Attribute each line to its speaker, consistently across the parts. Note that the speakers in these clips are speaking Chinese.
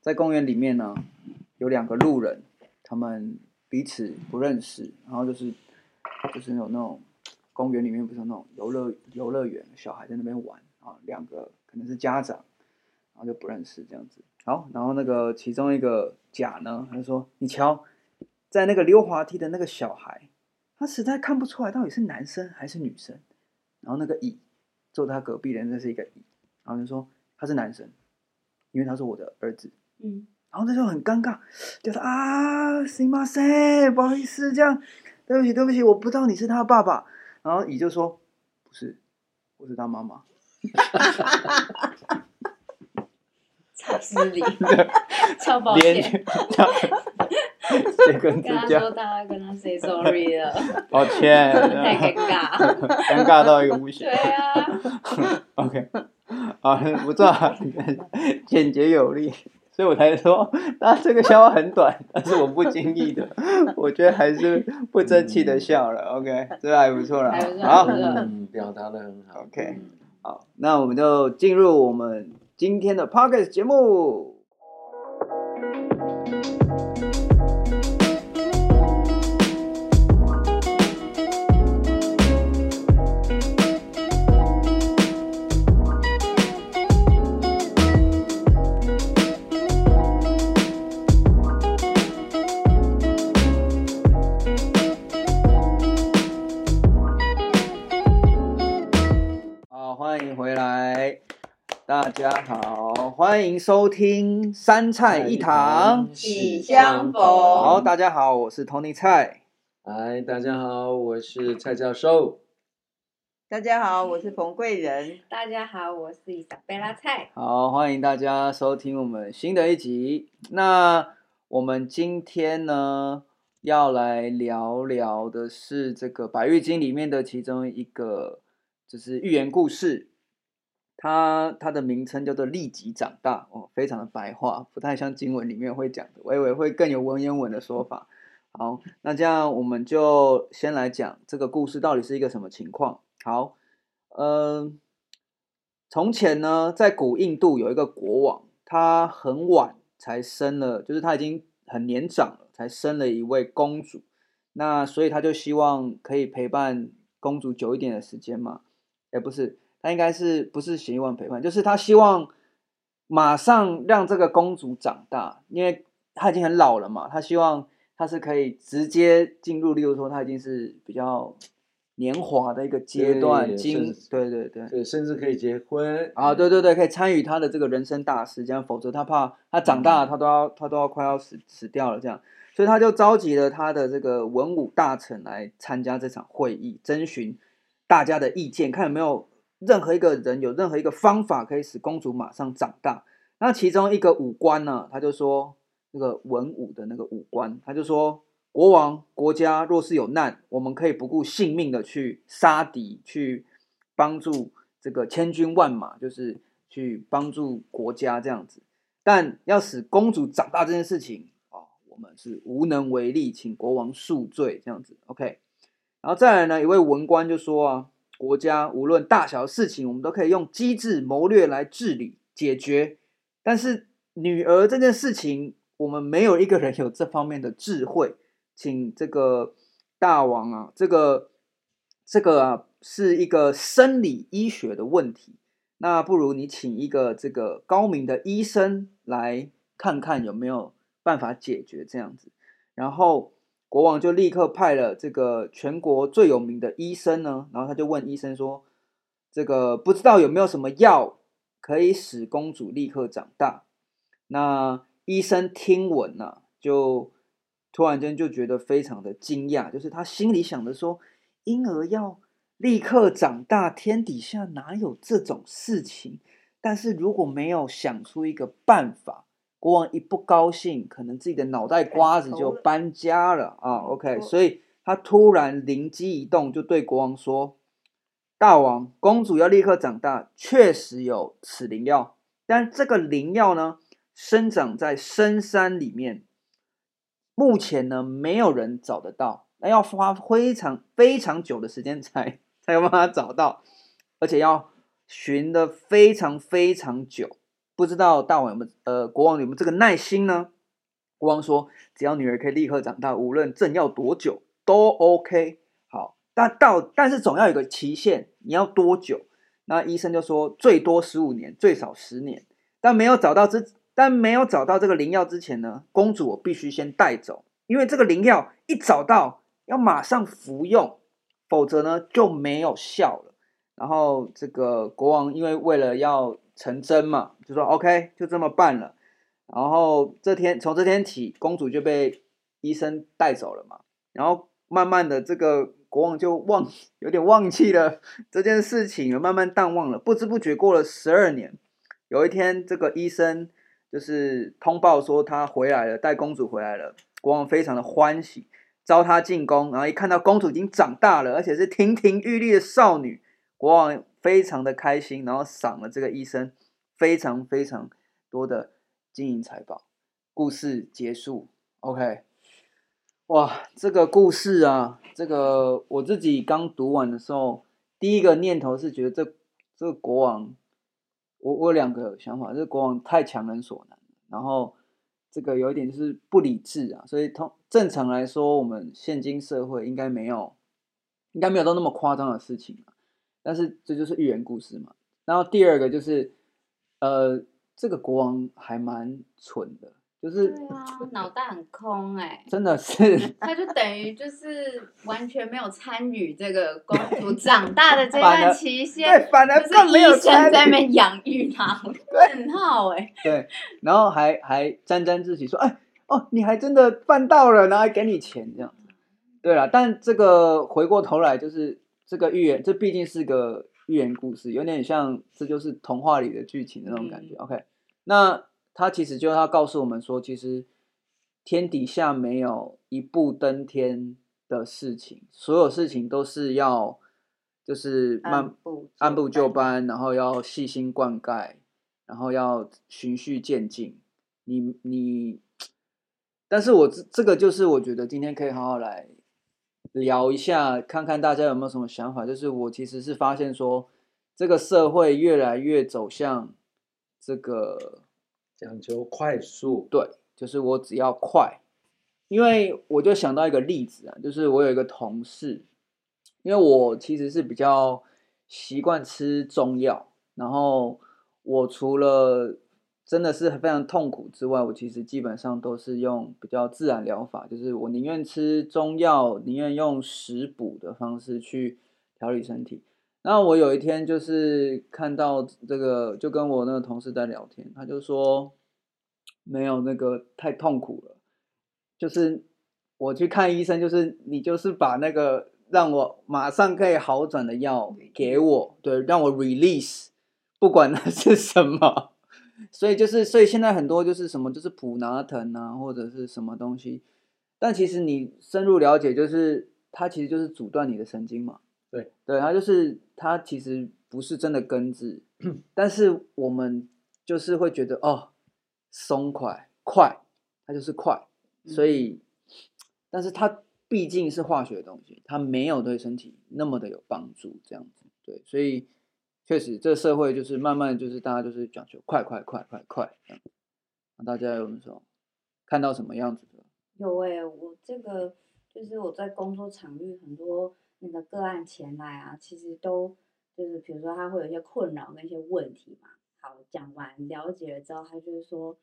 Speaker 1: 在公园里面呢，有两个路人，他们彼此不认识，然后就是就是有那种公园里面不是有那种游乐游乐园，小孩在那边玩啊，两个可能是家长，然后就不认识这样子。好，然后那个其中一个甲呢，他就说：“你瞧，在那个溜滑梯的那个小孩，他实在看不出来到底是男生还是女生。”然后那个乙坐在他隔壁的那是一个乙，然后就说他是男生，因为他是我的儿子。
Speaker 2: 嗯，
Speaker 1: 然后他就很尴尬，就说啊，行吗？谁不好意思，这样，对不起，对不起，我不知道你是他爸爸。然后乙就说不是，我是他妈妈。
Speaker 2: 超失礼， 超抱
Speaker 1: 连
Speaker 2: 歉。
Speaker 1: 续 谁跟自
Speaker 2: 跟他
Speaker 1: 家
Speaker 2: 说他要跟他 say sorry 了，
Speaker 1: 抱歉，
Speaker 2: 太尴尬。
Speaker 1: 尴尬到一个不行
Speaker 2: 对。啊，
Speaker 1: OK，啊，不错啊，简洁有力，所以我才说，那这个笑话很短，但是我不经意的， 我觉得还是不争气的笑了。OK，这还不错了
Speaker 2: 还不，错
Speaker 1: 好
Speaker 2: 还不。错
Speaker 3: 嗯，表达的很好。
Speaker 1: OK，
Speaker 2: 嗯
Speaker 1: 好，那我们就进入我们今天的 p o c k e t 节目。好，欢迎回来，大家好，欢迎收听《三菜一堂》。
Speaker 2: 喜相逢
Speaker 1: 好，大家好，我是 Tony 蔡。
Speaker 3: 嗨，哎大家好，我是蔡教授。
Speaker 4: 大家好，我是冯贵人。
Speaker 2: 大家好，我是伊莎贝拉菜。
Speaker 1: 好，欢迎大家收听我们新的一集。那我们今天呢，要来聊聊的是这个《白玉经》里面的其中一个，就是寓言故事。它它的名称叫做“立即长大”，哦，非常的白话，不太像经文里面会讲的，我以为会更有文言文的说法。好，那这样我们就先来讲这个故事到底是一个什么情况。好，嗯，从前呢，在古印度有一个国王，他很晚才生了，就是他已经很年长了，才生了一位公主。那所以他就希望可以陪伴公主久一点的时间嘛？哎，不是，他应该是不是希望陪伴，就是他希望马上让这个公主长大，因为她已经很老了嘛，他希望她是可以直接进入，例如说她已经是比较年华的一个阶段，
Speaker 3: 对
Speaker 1: 经
Speaker 3: 甚至
Speaker 1: 对对对，
Speaker 3: 对，呃甚至可以结婚
Speaker 1: 啊，对对对，可以参与他的这个人生大事，这样，否则他怕他长大了，他都要他都要快要死死掉了，这样，所以他就召集了他的这个文武大臣来参加这场会议，征询大家的意见，看有没有任何一个人有任何一个方法可以使公主马上长大。那其中一个武官呢，他就说，那个文武的那个武官，他就说，国王国家若是有难，我们可以不顾性命的去杀敌，去帮助这个千军万马，就是去帮助国家这样子。但要使公主长大这件事情啊、哦，我们是无能为力，请国王恕罪这样子。OK，然后再来呢，一位文官就说啊，国家无论大小事情，我们都可以用机智谋略来治理解决。但是女儿这件事情，我们没有一个人有这方面的智慧，请这个大王啊，这个这个啊是一个生理医学的问题，那不如你请一个这个高明的医生来看看有没有办法解决这样子。然后国王就立刻派了这个全国最有名的医生呢，然后他就问医生说：“这个不知道有没有什么药可以使公主立刻长大？”那医生听闻呢、就突然间就觉得非常的惊讶，就是他心里想着说，婴儿要立刻长大，天底下哪有这种事情？但是如果没有想出一个办法，国王一不高兴，可能自己的脑袋瓜子就搬家了啊。OK，所以他突然灵机一动，就对国王说：“大王，公主要立刻长大，确实有此灵药。”但这个灵药呢，生长在深山里面，目前呢没有人找得到，那要花非常非常久的时间才才有办法找到，而且要寻的非常非常久。不知道大王有没有呃国王有没有这个耐心呢？国王说，只要女儿可以立刻长大，无论朕要多久都 OK。好，但到但是总要有个期限，你要多久？那医生就说最多十五年，最少十年。但没有找到之，但没有找到这个灵药之前呢，公主我必须先带走，因为这个灵药一找到要马上服用，否则呢就没有效了。然后这个国王因为为了要成真嘛，就说 OK，就这么办了。然后这天从这天起，公主就被医生带走了嘛。然后慢慢的，这个国王就忘，有点忘记了这件事情了，慢慢淡忘了。不知不觉过了十二年，有一天，这个医生就是通报说他回来了，带公主回来了。国王非常的欢喜，招她进宫。然后一看到公主已经长大了，而且是亭亭玉立的少女，国王非常的开心，然后赏了这个医生非常非常多的金银财宝。故事结束，OK。哇，这个故事啊，这个我自己刚读完的时候，第一个念头是觉得这这个国王，我我有两个想法，这个国王太强人所难，然后这个有一点就是不理智啊，所以通正常来说，我们现今社会应该没有，应该没有到那么夸张的事情啊，但是这就是寓言故事嘛。然后第二个就是，呃，这个国王还蛮蠢的，就是
Speaker 2: 对啊，脑袋很空哎、
Speaker 1: 真的是。
Speaker 2: 他就等于就是完全没有参与这个公主长 大的这
Speaker 1: 反而
Speaker 2: 段期
Speaker 1: 对
Speaker 2: 间，，
Speaker 1: 反而
Speaker 2: 就是
Speaker 1: 更没有
Speaker 2: 医生在
Speaker 1: 参
Speaker 2: 那
Speaker 1: 与。
Speaker 2: 边养 育他，我问号哎、
Speaker 1: 对， 然后还还沾沾自喜说：“哎，哦，你还真的办到了，然后还给你钱这样。”对啦，但这个回过头来就是这个寓言，这毕竟是个寓言故事，有点像这就是童话里的剧情的那种感
Speaker 2: 嗯
Speaker 1: 觉。OK，那他其实就是要告诉我们说，其实天底下没有一步登天的事情，所有事情都是要就是慢
Speaker 4: 按部
Speaker 1: 按部就班，然后要细心灌溉，然后要循序渐进。你你，但是我这这个就是我觉得今天可以好好来聊一下，看看大家有没有什么想法。就是我其实是发现说，这个社会越来越走向这个
Speaker 3: 讲究快速，
Speaker 1: 对，就是我只要快，因为我就想到一个例子啊，就是我有一个同事，因为我其实是比较习惯吃中药，然后我除了真的是非常痛苦之外，我其实基本上都是用比较自然疗法，就是我宁愿吃中药，宁愿用食补的方式去调理身体。那我有一天就是看到这个，就跟我那个同事在聊天，他就说没有那个太痛苦了，就是我去看医生，就是你就是把那个让我马上可以好转的药给我，对，让我 release，不管那是什么。所以就是，所以现在很多就是什么，就是普拿疼啊，或者是什么东西，但其实你深入了解，就是它其实就是阻断你的神经嘛。
Speaker 3: 对，
Speaker 1: 对，它就是它其实不是真的根治，但是我们就是会觉得哦，松快快，它就是快，所以，但是它毕竟是化学的东西，它没有对身体那么的有帮助，这样子，对，所以确实这社会就是慢慢就是大家就是讲究快快快快快这样子，那大家有没有什么看到什么样子的？
Speaker 2: 有诶、我这个就是我在工作场域很多那个个案前来啊，其实都就是比如说他会有一些困扰跟一些问题嘛。好，讲完了解了之后，他就是说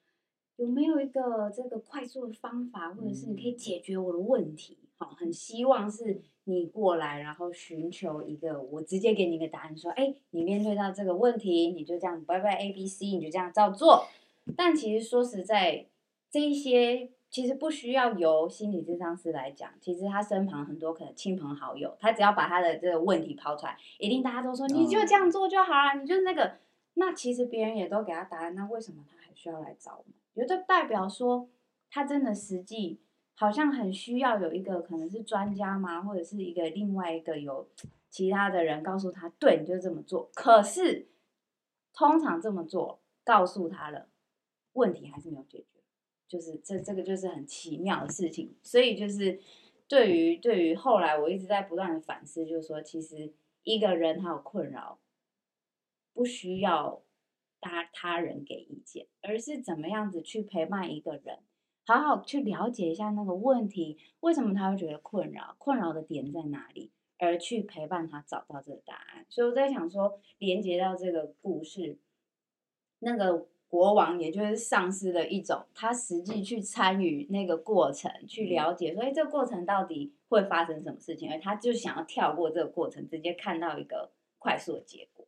Speaker 2: 有没有一个这个快速的方法，或者是你可以解决我的问题？好，很希望是你过来，然后寻求一个我直接给你一个答案，说，哎，你面对到这个问题，你就这样，拜拜 A B C，你就这样照做。但其实说实在，这一些其实不需要由心理咨商师来讲，其实他身旁很多可能亲朋好友，他只要把他的这个问题抛出来，一定大家都说你就这样做就好了，你就是那个。那其实别人也都给他答案，那为什么他还需要来找我们？也就代表说他真的实际好像很需要有一个可能是专家嘛，或者是一个另外一个有其他的人告诉他，对，你就这么做。可是通常这么做，告诉他了，问题还是没有解决，就是这这个就是很奇妙的事情。所以就是对于对于后来我一直在不断的反思，就是说其实一个人他有困扰，不需要他他人给意见，而是怎么样子去陪伴一个人，好好去了解一下那个问题，为什么他会觉得困扰，困扰的点在哪里，而去陪伴他找到这个答案。所以我在想说，连接到这个故事，那个国王也就是丧失了一种，他实际去参与那个过程，去了解说，哎，这个过程到底会发生什么事情，而他就想要跳过这个过程，直接看到一个快速的结果，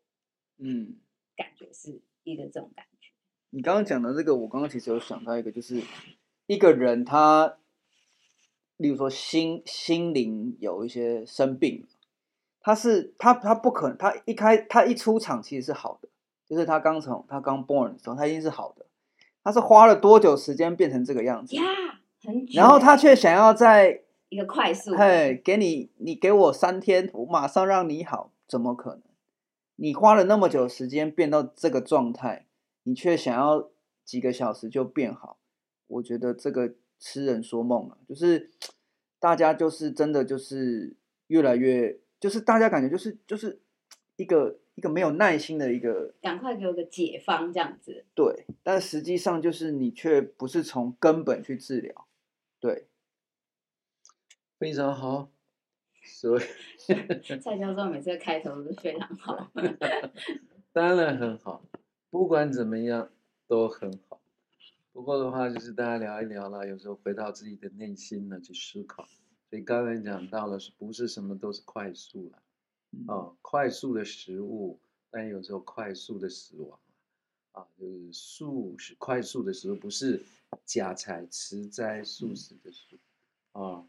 Speaker 1: 嗯，
Speaker 2: 感觉是一个这种感觉。
Speaker 1: 你刚刚讲的这个，我刚刚其实有想到一个，就是一个人他，例如说心心灵有一些生病，他是他他不可能，他一开他一出场其实是好的，就是他刚从他刚 born 的时候，他一定是好的，他是花了多久时间变成这个样子？
Speaker 2: 呀、很久。
Speaker 1: 然后他却想要在
Speaker 2: 一个快速的，
Speaker 1: 嘿，给你，你给我三天，我马上让你好，怎么可能？你花了那么久时间变到这个状态，你却想要几个小时就变好，我觉得这个痴人说梦了、就是大家就是真的就是越来越，就是大家感觉就是就是一个一个没有耐心的一个
Speaker 2: 赶快给我个解放这样子。
Speaker 1: 对，但实际上就是你却不是从根本去治疗，对，
Speaker 3: 非常好。所以
Speaker 2: 蔡教授每次的开头都非常好，
Speaker 3: 当然很好，不管怎么样都很好。不过的话，就是大家聊一聊了，有时候回到自己的内心呢去思考。所以刚才讲到了，是不是什么都是快速了？
Speaker 1: 嗯
Speaker 3: 啊，快速的食物，但有时候快速的死亡啊，就是速食快速的食物，不是假菜吃斋素食的素啊，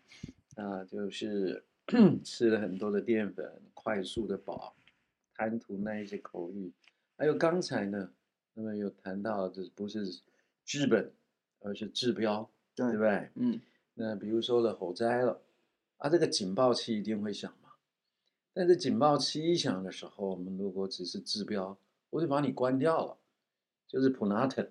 Speaker 3: 那就是 吃了很多的淀粉，快速的饱，贪图那一些口欲，还有刚才呢，那么有谈到就是不是治本，而是治标，
Speaker 1: 对
Speaker 3: 不对？
Speaker 1: 嗯，
Speaker 3: 那比如说了火灾了，啊，这个警报器一定会响嘛。但是警报器一响的时候，我们如果只是治标，我就把你关掉了，就是普拿疼，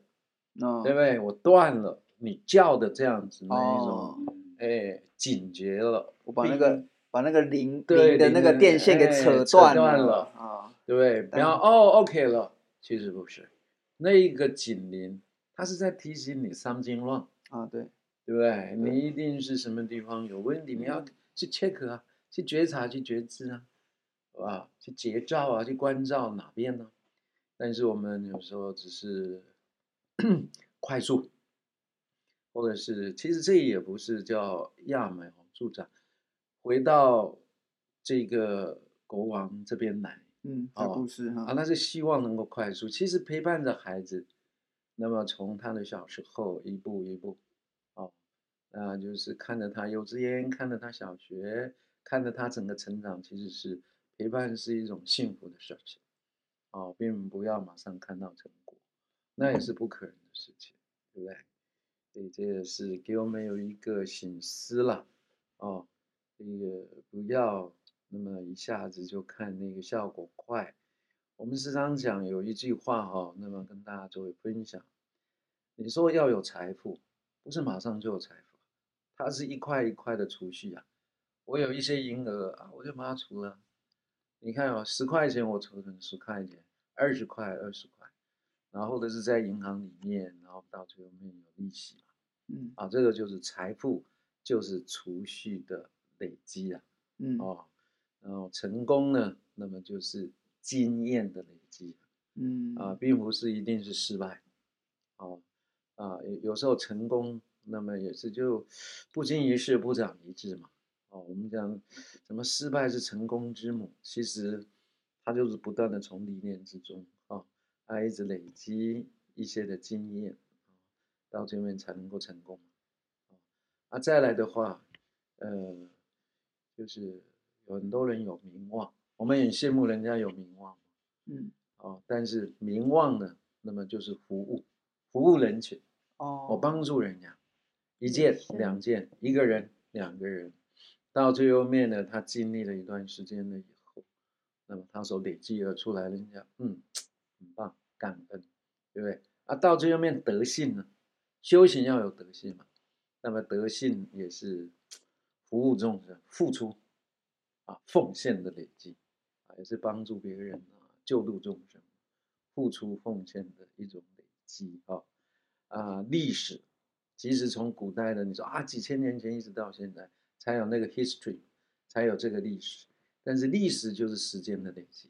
Speaker 1: 那
Speaker 3: 对不对？我断了你叫的这样子那一
Speaker 1: 哦
Speaker 3: 种，哎，警觉了，
Speaker 1: 我把那
Speaker 3: 并
Speaker 1: 个把那个零
Speaker 3: 对
Speaker 1: 零的
Speaker 3: 零
Speaker 1: 那个
Speaker 3: 的
Speaker 1: 电线给
Speaker 3: 哎
Speaker 1: 扯
Speaker 3: 扯
Speaker 1: 断
Speaker 3: 断
Speaker 1: 了
Speaker 3: 了
Speaker 1: 啊！
Speaker 3: 对不对？不要哦，OK 了，其实不是，那一个警铃，它是在提醒你 something wrong。
Speaker 1: 啊，对，
Speaker 3: 对不对？你一定是什么地方有问题，你要去 check 啊，去觉察，去觉知啊，啊，去觉照啊，去关照哪边呢、但是我们有时候只是 快速，或者是其实这也不是叫揠门助长。回到这个国王这边来，
Speaker 1: 嗯，这
Speaker 3: 哦
Speaker 1: 故事
Speaker 3: 啊，
Speaker 1: 哈，
Speaker 3: 那是希望能够快速。其实陪伴着孩子，那么从他的小时候一步一步，哦，啊，就是看着他幼稚园，看着他小学，看着他整个成长，其实是陪伴是一种幸福的事情，哦，并不要马上看到成果，那也是不可能的事情，对不对？所以这也是给我们有一个醒思了，哦，这个不要那么一下子就看那个效果快。我们时常讲有一句话哈、那么跟大家作为分享，你说要有财富，不是马上就有财富，它是一块一块的储蓄啊。我有一些银额啊，我就把它储了。你看哦，十块钱我储存十块钱，二十块二十块，然后或者是在银行里面，然后到最后面有利息嘛。
Speaker 1: 嗯
Speaker 3: 啊，这个就是财富，就是储蓄的累积啊。
Speaker 1: 嗯
Speaker 3: 哦，然后成功呢，那么就是经验的累积
Speaker 1: 嗯
Speaker 3: 啊，并不是一定是失败，哦，啊，有有时候成功，那么也是就不经一事不长一智嘛，哦，我们讲什么失败是成功之母，其实它就是不断的从历练之中啊，它一直累积一些的经验，到这边才能够成功。啊，再来的话，呃，就是有很多人有名望，我们也羡慕人家有名望
Speaker 1: 嗯
Speaker 3: 啊、但是名望呢，那么就是服务，服务人群，我
Speaker 1: 哦，
Speaker 3: 帮助人家，一
Speaker 2: 也
Speaker 3: 件
Speaker 2: 是、
Speaker 3: 两件，一个人、两个人，到最后面呢，他经历了一段时间了以后，那么他所累积而出来，人家嗯，很棒，感恩，对不对？啊，到最后面德性呢，修行要有德性嘛，那么德性也是服务众生、付出啊、奉献的累积啊，也是帮助别人啊、救度众生。付出奉献的一种累积啊啊、历史，其实从古代的你说啊几千年前一直到现在，才有那个 history，才有这个历史，但是历史就是时间的累积，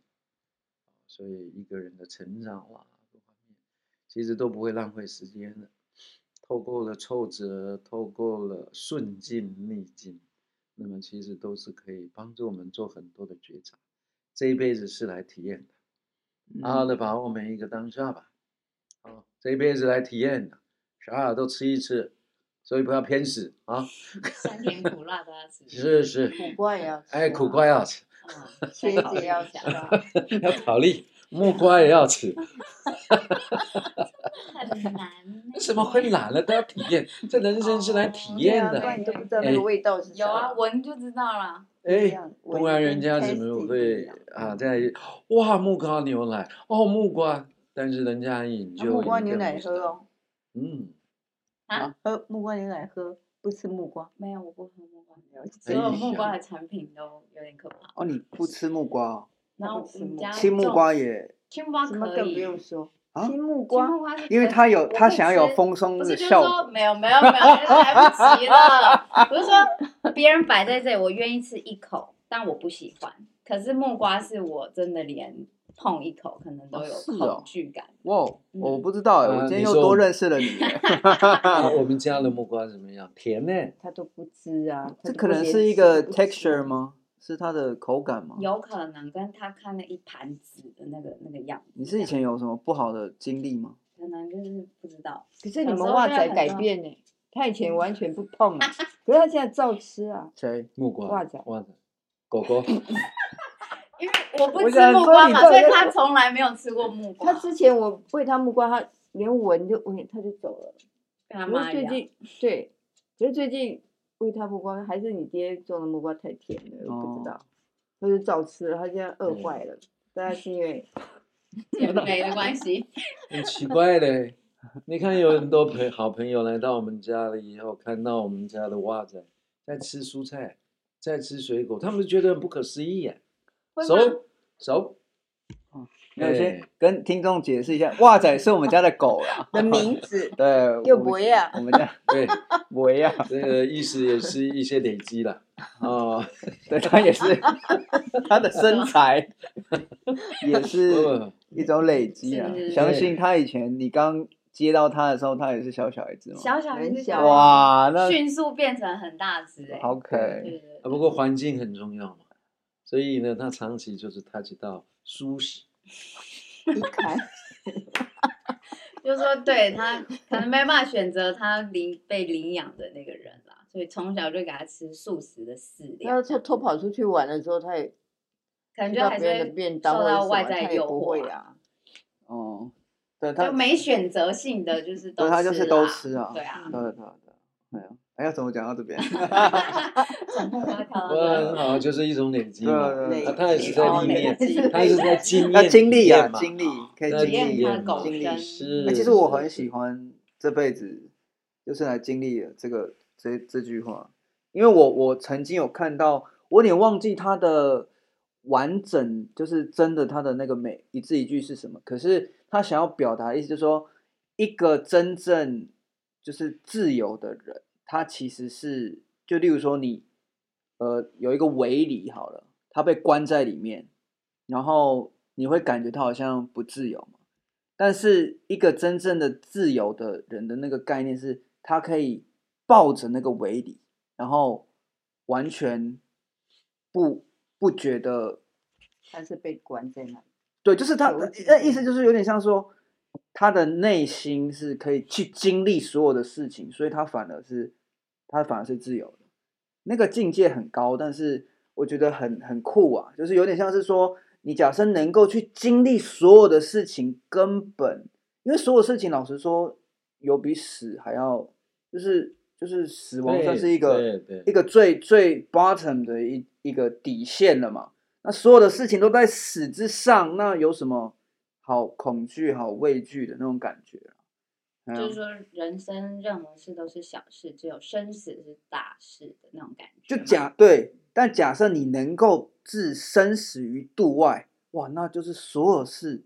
Speaker 3: 所以一个人的成长啦各方面，其实都不会浪费时间的。透过了挫折，透过了顺境逆境，那么其实都是可以帮助我们做很多的觉察。这一辈子是来体验的，好好
Speaker 1: 嗯
Speaker 3: 的把握每一个当下吧。啊，这一辈子来体验的，啥啊都吃一吃，所以不要偏食啊。。
Speaker 2: 酸甜苦辣都要吃
Speaker 3: 是是，
Speaker 4: 苦瓜也要吃、啊，
Speaker 3: 哎，苦瓜要吃，
Speaker 2: 嗯，
Speaker 4: 茄
Speaker 2: 先
Speaker 4: 子也要吃、啊，
Speaker 3: 要考虑，木瓜也要 吃，
Speaker 2: 很 难。欸
Speaker 3: 怎么会？懒了？都要体验，这人生是来体验
Speaker 4: 对啊不
Speaker 3: 的。哎
Speaker 4: 然你都不知道那个味道是
Speaker 2: 有
Speaker 4: 什么。
Speaker 2: 啊，闻就知道了。
Speaker 4: 这
Speaker 3: 哎，
Speaker 4: 样闻
Speaker 3: 不然
Speaker 4: 啊跟
Speaker 3: 人家怎
Speaker 4: tasting
Speaker 3: 么
Speaker 4: 不一
Speaker 3: 会
Speaker 4: 样
Speaker 3: 啊？在哇，木瓜牛奶哦，木瓜，但是人家饮
Speaker 4: 那
Speaker 3: 就
Speaker 4: 啊木瓜
Speaker 3: 饮
Speaker 4: 牛
Speaker 3: 更
Speaker 4: 奶
Speaker 3: 不知
Speaker 4: 喝
Speaker 3: 道，
Speaker 4: 哦，
Speaker 3: 嗯，
Speaker 2: 啊，
Speaker 4: 喝木瓜牛奶喝，不吃木瓜。
Speaker 2: 没有，我不喝木瓜牛，
Speaker 3: 哎
Speaker 2: 所有
Speaker 3: 呀
Speaker 2: 木瓜的产品都有点可怕。
Speaker 1: 哦，你不吃木瓜哦，
Speaker 2: 然后我们家
Speaker 1: 青木瓜
Speaker 2: 啊种，
Speaker 1: 也，
Speaker 2: 青木瓜
Speaker 4: 什么
Speaker 2: 可
Speaker 4: 更不
Speaker 2: 以，
Speaker 4: 用说，
Speaker 1: 啊
Speaker 4: 青木
Speaker 2: 青
Speaker 4: 瓜
Speaker 2: 木瓜是
Speaker 1: 因为
Speaker 2: 可以
Speaker 1: 它有
Speaker 2: 我
Speaker 1: 它
Speaker 2: 可以
Speaker 1: 想要
Speaker 2: 吃
Speaker 1: 有丰松
Speaker 2: 不
Speaker 1: 的
Speaker 2: 是，就是
Speaker 1: 效
Speaker 2: 说
Speaker 1: 果，
Speaker 2: 没有没有没有，来不及了。我是说， 别人摆在这里，我愿意吃一口，但我不喜欢。可是木瓜是我真的连碰一口可能都
Speaker 1: 哦
Speaker 2: 有
Speaker 1: 是哦
Speaker 2: 恐惧感。
Speaker 1: 哇，我
Speaker 2: 嗯
Speaker 1: 不知道哎，我
Speaker 3: 呃
Speaker 1: 今天
Speaker 3: 你
Speaker 1: 又
Speaker 3: 说
Speaker 1: 多
Speaker 3: 我
Speaker 1: 认识了 你耶，
Speaker 3: 啊我们家的木瓜怎么样？甜呢？
Speaker 4: 他都不吃啊。它
Speaker 1: 这
Speaker 4: 都
Speaker 1: 可
Speaker 4: 不
Speaker 1: 能
Speaker 4: 连
Speaker 1: 是一
Speaker 4: 吃
Speaker 1: 个
Speaker 4: 都不吃
Speaker 1: texture 吗？是它的口感吗？
Speaker 2: 有可能跟他看了一盘子的那个那个样子一样，
Speaker 1: 你是以前有什么不好的经历吗？
Speaker 2: 可能就是不知道，
Speaker 4: 可是你
Speaker 2: 小时
Speaker 4: 们
Speaker 2: 候
Speaker 4: 袜
Speaker 2: 就
Speaker 4: 仔
Speaker 2: 会很
Speaker 4: 改
Speaker 2: 多
Speaker 4: 变呢、 他以前完全不碰 啊，可是他现在照吃啊。
Speaker 1: 谁？
Speaker 3: 木瓜，
Speaker 4: 袜子
Speaker 3: 袜子，狗狗，
Speaker 2: 因为我不
Speaker 4: 我
Speaker 2: 吃
Speaker 4: 想
Speaker 2: 木
Speaker 4: 说
Speaker 2: 瓜
Speaker 4: 你
Speaker 2: 嘛，
Speaker 4: 到
Speaker 2: 所
Speaker 4: 底
Speaker 2: 以
Speaker 4: 在
Speaker 2: 他
Speaker 4: 说
Speaker 2: 从来没有吃过木瓜，
Speaker 4: 他之前我喂他木瓜，他连闻就闻，他就走了。
Speaker 2: 跟他
Speaker 4: 可是
Speaker 2: 妈一
Speaker 4: 最
Speaker 2: 样。
Speaker 4: 近对，可是最近喂他木瓜，还是你爹种的木瓜太甜了，我不知道，他就照吃了，他现在饿
Speaker 3: 嗯
Speaker 4: 坏了。大家是因 为，
Speaker 2: 减肥的关系，
Speaker 3: 很奇怪嘞。你看，有很多朋好朋友来到我们家了以后，看到我们家的袜子在吃蔬菜，在吃水果，他们觉得很不可思议耶。
Speaker 2: 会吗
Speaker 3: 熟熟，
Speaker 1: 那我先
Speaker 3: 哎
Speaker 1: 跟听众解释一下，袜仔是我们家的狗啊啦，
Speaker 4: 的名字
Speaker 1: 对，
Speaker 4: 又
Speaker 1: 我们
Speaker 4: 不一样
Speaker 1: 我们家
Speaker 3: 对，
Speaker 1: 不一样，
Speaker 3: 这个意思也是一些累积了啊。
Speaker 1: 对，它也 是它的身材也是
Speaker 3: 呃
Speaker 1: 一种累积啊
Speaker 2: 是。
Speaker 1: 相信它以前你刚接到它的时候，它也是小小一只嘛，
Speaker 2: 小小啊
Speaker 4: 很
Speaker 2: 一只
Speaker 4: 小
Speaker 2: 狗
Speaker 1: 哇，那
Speaker 2: 迅速变成很大只哎、
Speaker 1: 好可
Speaker 2: 对
Speaker 1: 爱，
Speaker 2: 对对
Speaker 3: 啊，不过环境很重要嘛，所以呢，他长期就是 touch 到舒适，
Speaker 4: 一开
Speaker 2: 就是说对他可能没办法选择他领被领养的那个人啦，所以从小就给他吃素食的饲
Speaker 4: 他
Speaker 2: 料，
Speaker 4: 偷偷跑出去玩的时候，他也
Speaker 2: 可能
Speaker 4: 吃
Speaker 2: 就
Speaker 4: 到
Speaker 2: 还是
Speaker 4: 别人
Speaker 2: 会
Speaker 4: 的便当
Speaker 2: 受
Speaker 4: 或者
Speaker 2: 到
Speaker 4: 什
Speaker 2: 外
Speaker 4: 么
Speaker 2: 在
Speaker 4: 他也
Speaker 2: 诱
Speaker 4: 不会
Speaker 2: 惑、
Speaker 4: 啊。
Speaker 1: 哦，对，它
Speaker 2: 就没选择性的就是都
Speaker 1: 对，
Speaker 2: 吃
Speaker 1: 它就是都
Speaker 2: 啦
Speaker 1: 吃啊，
Speaker 2: 对 啊，
Speaker 1: 对对对，哎呀，哎呀，怎么讲到这边？
Speaker 2: 从木瓜跳到
Speaker 3: 不过
Speaker 2: 这
Speaker 3: 很好，就是一种累积嘛。
Speaker 1: 对
Speaker 4: 累
Speaker 1: 对
Speaker 3: 啊他也是在
Speaker 4: 哦
Speaker 3: 历
Speaker 4: 累
Speaker 3: 练
Speaker 4: 积
Speaker 3: 他是在经验
Speaker 1: 要经历啊，
Speaker 3: 体验嘛
Speaker 1: 经历可以
Speaker 3: 那
Speaker 4: 呃
Speaker 1: 经
Speaker 2: 体验
Speaker 1: 历
Speaker 2: 它的狗
Speaker 1: 经历
Speaker 2: 跟
Speaker 3: 是
Speaker 1: 哎、其实我
Speaker 3: 是
Speaker 1: 很
Speaker 3: 是
Speaker 1: 喜欢这辈子就是来经历了这个这这句话，因为我我曾经有看到，我有点忘记它的完整，就是真的它的那个每一字一句是什么。可是他想要表达的意思就是说，一个真正就是自由的人，他其实是就例如说你呃有一个围篱好了，他被关在里面，然后你会感觉他好像不自由嘛。但是一个真正的自由的人的那个概念是，他可以抱着那个围篱，然后完全不不觉得，
Speaker 4: 他是被关在那里，
Speaker 1: 对，就是他
Speaker 4: 有
Speaker 1: 呃
Speaker 4: 自
Speaker 1: 那
Speaker 4: 由
Speaker 1: 意思就是有点像说，他的内心是可以去经历所有的事情，所以他反而是他反而是自由的，那个境界很高，但是我觉得很很酷啊，就是有点像是说，你假设能够去经历所有的事情，根本。因为所有事情，老实说，有比死还要，就是就是死亡算
Speaker 3: 对
Speaker 1: 是一个
Speaker 3: 对
Speaker 1: 一
Speaker 3: 对，
Speaker 1: 个最最 bottom 的一一个底线了嘛。那所有的事情都在死之上，那有什么好恐惧、好畏惧的那种感觉啊？哎呀
Speaker 4: 嗯
Speaker 2: 就是说，人生任何事都是小事，只有生死是大事的那种感觉
Speaker 1: 就
Speaker 2: 嘛。
Speaker 1: 假对，但假设你能够置生死于度外，哇，那就是所有事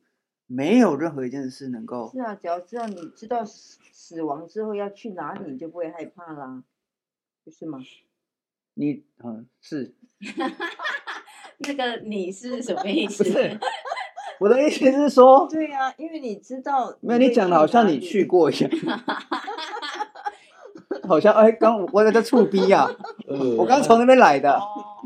Speaker 1: 没有任何一件事能够
Speaker 4: 是啊，只要知道你知道死死亡之后要去哪里，你就不会害怕啦，不是吗？
Speaker 1: 你嗯是
Speaker 2: 那个你是什么意
Speaker 1: 不
Speaker 2: 思？
Speaker 1: 是？我的意思是 说，
Speaker 4: 对呀、因为你知道，
Speaker 1: 没有你讲的好像你去，过一样， 好像哎，刚我在这触逼啊，我刚从那边来的。
Speaker 2: 哦，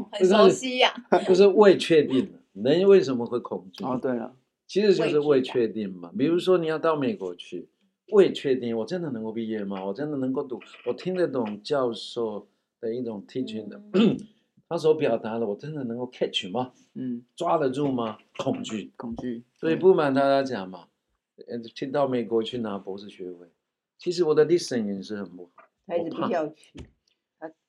Speaker 3: 不
Speaker 2: 很
Speaker 3: 是
Speaker 2: 熟悉呀、
Speaker 3: 呃 就是未确定的，人为什么会恐惧？
Speaker 1: 哦，对了，
Speaker 3: 其实就
Speaker 2: 畏
Speaker 3: 是
Speaker 2: 惧
Speaker 3: 未
Speaker 2: 感
Speaker 3: 确定嘛。比如说你要到美国去，未确定，我真的能够毕业吗？我真的能够读？我听得懂教授的一种 teaching
Speaker 4: 嗯
Speaker 3: 的，他所表达的，我真的能够 catch 吗？
Speaker 1: 嗯，
Speaker 3: 抓得住吗？恐惧，
Speaker 1: 恐惧，
Speaker 3: 所以不瞒大家讲嘛，呃，去到美国去拿博士学位，其实我的 listening 是很不好，
Speaker 4: 孩子
Speaker 3: 我怕
Speaker 4: 不要去，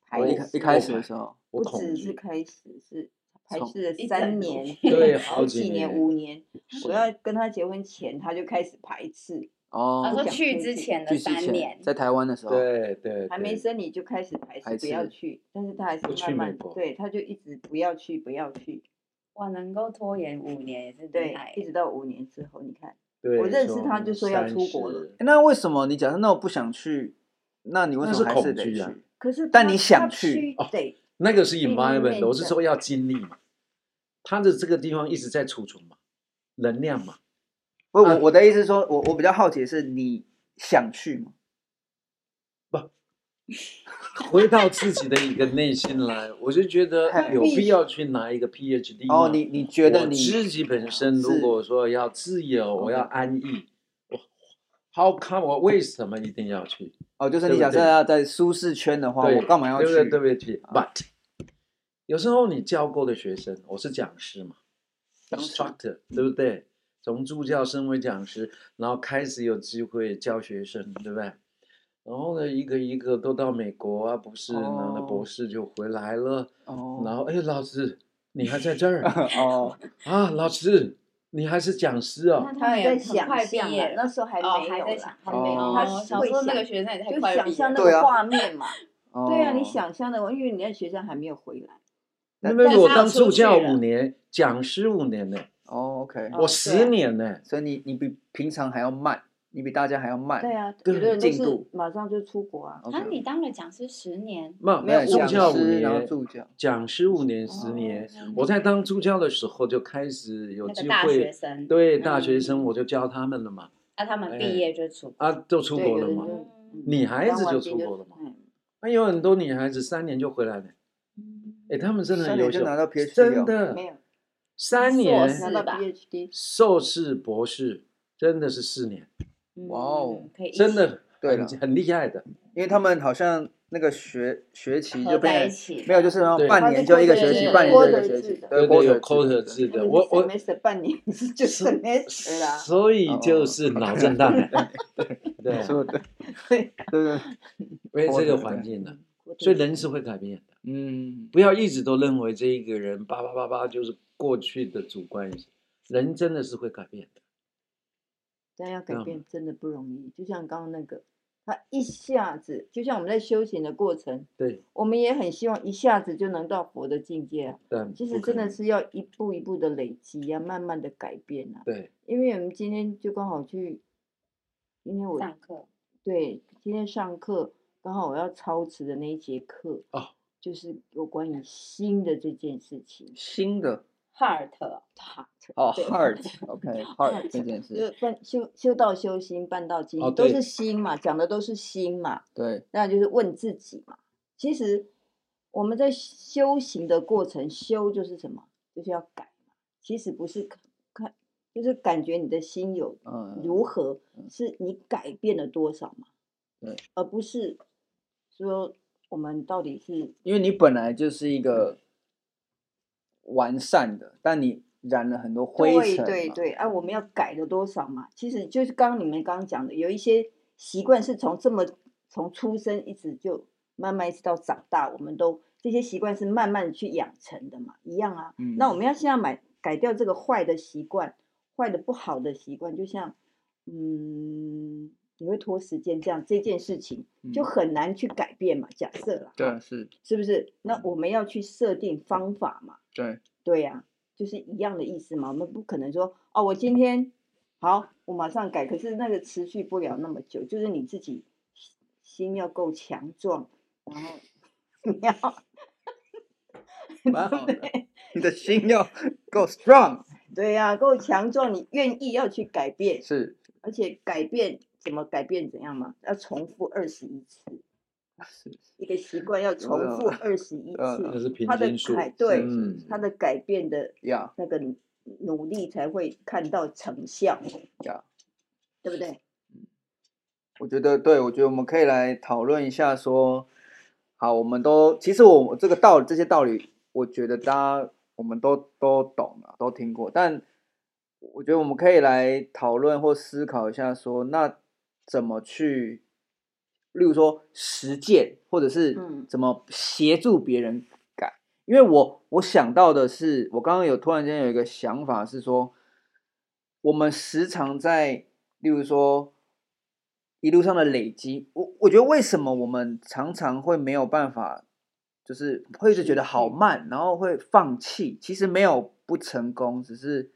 Speaker 4: 他
Speaker 1: 我一
Speaker 4: 排
Speaker 1: 开
Speaker 4: 斥
Speaker 1: 一开始的时候，
Speaker 3: 我
Speaker 4: 不
Speaker 3: 恐
Speaker 4: 只是
Speaker 3: 惧。
Speaker 4: 开始是排
Speaker 1: 从
Speaker 4: 斥了
Speaker 2: 一
Speaker 4: 三
Speaker 2: 整
Speaker 4: 年，
Speaker 3: 对好
Speaker 4: 好
Speaker 3: 几
Speaker 4: 年
Speaker 3: 年
Speaker 4: 五年，
Speaker 3: 是
Speaker 4: 我要跟他结婚前他就开始排斥，
Speaker 1: 哦
Speaker 2: 啊他，说
Speaker 4: 讲
Speaker 2: 去
Speaker 4: 出
Speaker 2: 之
Speaker 4: 去
Speaker 2: 前的
Speaker 1: 去之
Speaker 2: 三
Speaker 1: 前
Speaker 2: 年，
Speaker 1: 在台湾的时候，
Speaker 3: 对对，
Speaker 4: 哦还没
Speaker 3: 对
Speaker 4: 生你就开始排
Speaker 1: 排
Speaker 4: 斥不要
Speaker 1: 斥
Speaker 4: 去，但是他还是
Speaker 3: 不去
Speaker 4: 慢
Speaker 3: 美
Speaker 4: 慢
Speaker 3: 国
Speaker 4: 对，他就一直不要去不要去，
Speaker 2: 哇，能够拖延五年也是厉
Speaker 4: 对
Speaker 2: 害，
Speaker 4: 一。直到五年之后，你看
Speaker 3: 对，
Speaker 4: 我认识
Speaker 3: 从
Speaker 4: 他就说要出国了
Speaker 3: 30
Speaker 1: 诶那为什么你假设那我不想去，那你为
Speaker 3: 那
Speaker 1: 什
Speaker 3: 是
Speaker 1: 么还
Speaker 3: 恐
Speaker 1: 是得
Speaker 3: 惧
Speaker 1: 去
Speaker 3: 啊？
Speaker 4: 可是
Speaker 1: 但
Speaker 4: 他
Speaker 1: 你想
Speaker 4: 他
Speaker 1: 去
Speaker 3: 哦
Speaker 4: 得
Speaker 3: 那个是
Speaker 4: 另外一面
Speaker 3: environment，我是
Speaker 4: 的
Speaker 3: 说要经历嘛，他的这个地方一直在储存嘛，能量嘛，
Speaker 1: 不，我
Speaker 3: 啊
Speaker 1: 我的意思是说，我我比较好奇的是你想去吗？
Speaker 3: 回到自己的一个内心来，我就觉得
Speaker 1: 太
Speaker 3: 有
Speaker 4: 必
Speaker 3: 必
Speaker 4: 须
Speaker 3: 要去拿一个 PhD 嘛。
Speaker 1: 哦，你你觉得
Speaker 3: 我
Speaker 1: 你
Speaker 3: 自己本身如
Speaker 1: 是
Speaker 3: 果说要自由，我要
Speaker 1: OK
Speaker 3: 安逸，我 how come 我为什么一定要去？
Speaker 1: 哦，就是你
Speaker 3: 对不
Speaker 1: 假设
Speaker 3: 对
Speaker 1: 要在舒适圈的话，
Speaker 3: 对，
Speaker 1: 我干嘛要
Speaker 3: 对
Speaker 1: 去？
Speaker 3: 不对？对不对？But 有时候你教过的学生，我是讲师嘛，instructor，对不对？从助教升为讲师，然后开始有机会教学生，对不对？然后呢，一个一个都到美国啊，不是拿了博
Speaker 1: 哦
Speaker 3: 士就回来了。然
Speaker 1: 哦
Speaker 3: 后，哎，老师，你还在这儿
Speaker 1: 哦，
Speaker 3: 啊？老师，你还是讲师哦
Speaker 2: 那？
Speaker 4: 他
Speaker 2: 们
Speaker 4: 们
Speaker 2: 也
Speaker 4: 在
Speaker 2: 很
Speaker 4: 想
Speaker 2: 快
Speaker 4: 象
Speaker 2: 毕业
Speaker 4: 啊
Speaker 2: 了
Speaker 4: 那时候还
Speaker 2: 哦，
Speaker 4: 没
Speaker 2: 还
Speaker 4: 有
Speaker 2: 在
Speaker 4: 啦
Speaker 2: 想，还没
Speaker 1: 哦
Speaker 2: 他
Speaker 4: 他
Speaker 2: 想
Speaker 4: 会
Speaker 2: 说那个
Speaker 4: 想
Speaker 2: 学生也太
Speaker 4: 就
Speaker 2: 快
Speaker 4: 想
Speaker 2: 毕
Speaker 4: 象
Speaker 2: 业
Speaker 4: 那
Speaker 1: 对
Speaker 4: 个
Speaker 1: 啊
Speaker 4: 画面嘛，对啊，
Speaker 1: 哦
Speaker 4: 你，想象的，因为你在学校还没有回来，
Speaker 2: 但
Speaker 3: 因为
Speaker 2: 是
Speaker 3: 我
Speaker 2: 他
Speaker 3: 当
Speaker 2: 有出
Speaker 3: 助教
Speaker 2: 去了
Speaker 3: 五年，讲师五年呢，
Speaker 1: 哦，OK，
Speaker 4: 哦
Speaker 3: 我
Speaker 4: 对
Speaker 3: 十
Speaker 4: 啊
Speaker 3: 年呢。
Speaker 1: 所以你你比平常还要慢，你比大家还要慢，
Speaker 4: 对啊，
Speaker 3: 对
Speaker 4: 有的人都
Speaker 1: 进
Speaker 4: 是
Speaker 1: 度
Speaker 4: 马上就出国啊，
Speaker 1: OK，
Speaker 2: 啊，你当了讲师十年，
Speaker 3: 那
Speaker 4: 没有
Speaker 3: 助
Speaker 4: 讲
Speaker 3: 哎教五
Speaker 1: 师然后
Speaker 3: 年
Speaker 1: 助教
Speaker 3: 讲师五年、十
Speaker 2: 哦
Speaker 3: 年。
Speaker 2: 那
Speaker 3: 我在当助教的时候就开始有
Speaker 2: 那
Speaker 3: 机
Speaker 2: 个大学
Speaker 3: 会，
Speaker 2: 生，
Speaker 3: 对大学生
Speaker 2: 嗯
Speaker 3: 我就教他们了嘛，
Speaker 2: 那他们
Speaker 3: 哎
Speaker 2: 毕业就出国，
Speaker 3: 啊，都出
Speaker 4: 对
Speaker 3: 国
Speaker 4: 有
Speaker 3: 了
Speaker 4: 的
Speaker 3: 嘛
Speaker 4: 人。就
Speaker 2: 嗯
Speaker 3: 女孩
Speaker 4: 当
Speaker 3: 子
Speaker 4: 完
Speaker 3: 就
Speaker 4: 兵
Speaker 3: 出国了嘛，
Speaker 4: 嗯
Speaker 3: 那有很多女孩子三年就回来了，
Speaker 2: 嗯
Speaker 3: 哎，她们真的
Speaker 1: 三
Speaker 3: 很
Speaker 1: 年
Speaker 3: 优
Speaker 1: 就
Speaker 3: 秀
Speaker 1: 拿到 PhD
Speaker 3: 真
Speaker 1: 哦
Speaker 3: 的
Speaker 4: 没有
Speaker 3: 三
Speaker 2: 硕
Speaker 3: 年
Speaker 2: 士
Speaker 4: 拿到
Speaker 2: 吧
Speaker 4: PhD，
Speaker 3: 硕士、博士真的是四年，
Speaker 1: 哇哦
Speaker 2: 嗯可以一
Speaker 3: 真
Speaker 2: 起
Speaker 3: 的
Speaker 1: 对
Speaker 3: 很
Speaker 1: 了
Speaker 3: 很厉害的，
Speaker 1: 因为他们好像那个学学期
Speaker 2: 合
Speaker 1: 就
Speaker 2: 在一
Speaker 1: 变成
Speaker 2: 起了，
Speaker 1: 没有，就是那种
Speaker 3: 对
Speaker 1: 半年就一个学期，半年就一个学期，
Speaker 4: 对
Speaker 1: 对
Speaker 3: 对对，
Speaker 1: quarter
Speaker 3: 有 quota
Speaker 1: 制
Speaker 2: 嗯
Speaker 3: 制
Speaker 4: 那
Speaker 3: 的，
Speaker 4: 个
Speaker 3: 我我
Speaker 4: semester 半年就 semester 啦，
Speaker 3: 所以
Speaker 1: 哦
Speaker 3: 就
Speaker 1: 哦
Speaker 3: 是脑震荡 了， 对
Speaker 1: 对，说得对
Speaker 4: 对，
Speaker 1: 对对，
Speaker 3: 因为这个
Speaker 1: quarter，
Speaker 3: 环
Speaker 1: 对
Speaker 3: 境呢，
Speaker 4: 我
Speaker 3: 所以
Speaker 4: 懂
Speaker 3: 人是会改变的。
Speaker 1: 嗯，
Speaker 3: 不要一直都认为这一个人叭叭叭叭就是过去的主观意识，人真的是会改变的。
Speaker 4: 但要
Speaker 3: 知
Speaker 4: 改
Speaker 3: 道
Speaker 4: 变真的不容易，就像刚刚那个，他一下子就像我们在修行的过程，
Speaker 3: 对，
Speaker 4: 我们也很希望一下子就能到佛的境界啊。
Speaker 3: 但
Speaker 4: 其
Speaker 3: 不
Speaker 4: 实
Speaker 3: 可
Speaker 4: 真的
Speaker 3: 能
Speaker 4: 是要一步一步的累积呀、慢慢的改变啊。
Speaker 3: 对，
Speaker 4: 因为我们今天就刚好去，今天我
Speaker 2: 上课，
Speaker 4: 对今天上课刚好我要操持的那一节课
Speaker 3: 哦，
Speaker 4: 就是有关于心的这件事情。
Speaker 1: 新的
Speaker 2: heart
Speaker 4: 塔
Speaker 1: 哦
Speaker 4: 对
Speaker 1: ，heart，OK，heart 这件
Speaker 4: 就
Speaker 1: 事，
Speaker 4: 半修修道修心，半道精
Speaker 3: 哦
Speaker 4: 都
Speaker 3: 对
Speaker 4: 是心嘛，讲的都是心嘛。
Speaker 1: 对，
Speaker 4: 那就是问自己嘛。其实我们在修行的过程，修就是什么？就是要改嘛。其实不是看看，就是感觉你的心有
Speaker 1: 嗯，
Speaker 4: 如何，
Speaker 1: 嗯
Speaker 4: 是你改变了多少嘛。
Speaker 1: 对，
Speaker 4: 而不是说我们到底是
Speaker 1: 因为你本来就是一个完善的，但你染了很多灰尘嘛，嗯
Speaker 4: 对对对，啊，我们要改了多少嘛？其实就是刚刚你们刚刚讲的，有一些习惯是从这么从出生一直就慢慢一直到长大，我们都这些习惯是慢慢去养成的嘛，一样啊。
Speaker 1: 嗯
Speaker 4: 那我们要现在买改掉这个坏的习惯，坏的不好的习惯，就像嗯，你会拖时间这样这件事情就
Speaker 1: 嗯
Speaker 4: 很难去改变嘛。假设啦，
Speaker 1: 对是，
Speaker 4: 是不是？那我们要去设定方法嘛。
Speaker 1: 对
Speaker 4: 对呀、就是一样的意思嘛。我们不可能说哦，我今天好，我马上改。可是那个持续不了那么久，就是你自己心心要够强壮，然后你要
Speaker 1: 蛮好的，你的心要 够 strong，
Speaker 4: 对呀、够强壮，你愿意要去改变，
Speaker 1: 是
Speaker 4: 而且改变怎么改变怎样嘛？要重复二十一次，
Speaker 1: 是
Speaker 4: 一个习惯要重复二十一
Speaker 1: 呃
Speaker 3: 啊那
Speaker 4: 次，
Speaker 3: 是平
Speaker 4: 他的
Speaker 3: 均数
Speaker 4: 改，对
Speaker 3: 嗯，
Speaker 4: 他的改变的
Speaker 1: 呀
Speaker 4: 那个努努力才会看到成效，
Speaker 1: 呀。
Speaker 4: 对不对？
Speaker 1: 我觉得对，我觉得我们可以来讨论一下说，好，我们都其实我这个道理这些道理，我觉得大家我们都都懂了，都听过，但我觉得我们可以来讨论或思考一下说，那怎么去，例如说实践，或者是
Speaker 4: 嗯
Speaker 1: 怎么协助别人改，因为我我想到的是，我刚刚有突然间有一个想法是说，我们时常在，例如说一路上的累积，我我觉得为什么我们常常会没有办法，就是会一直觉得好慢，然后会放弃。其实没有不成功，只是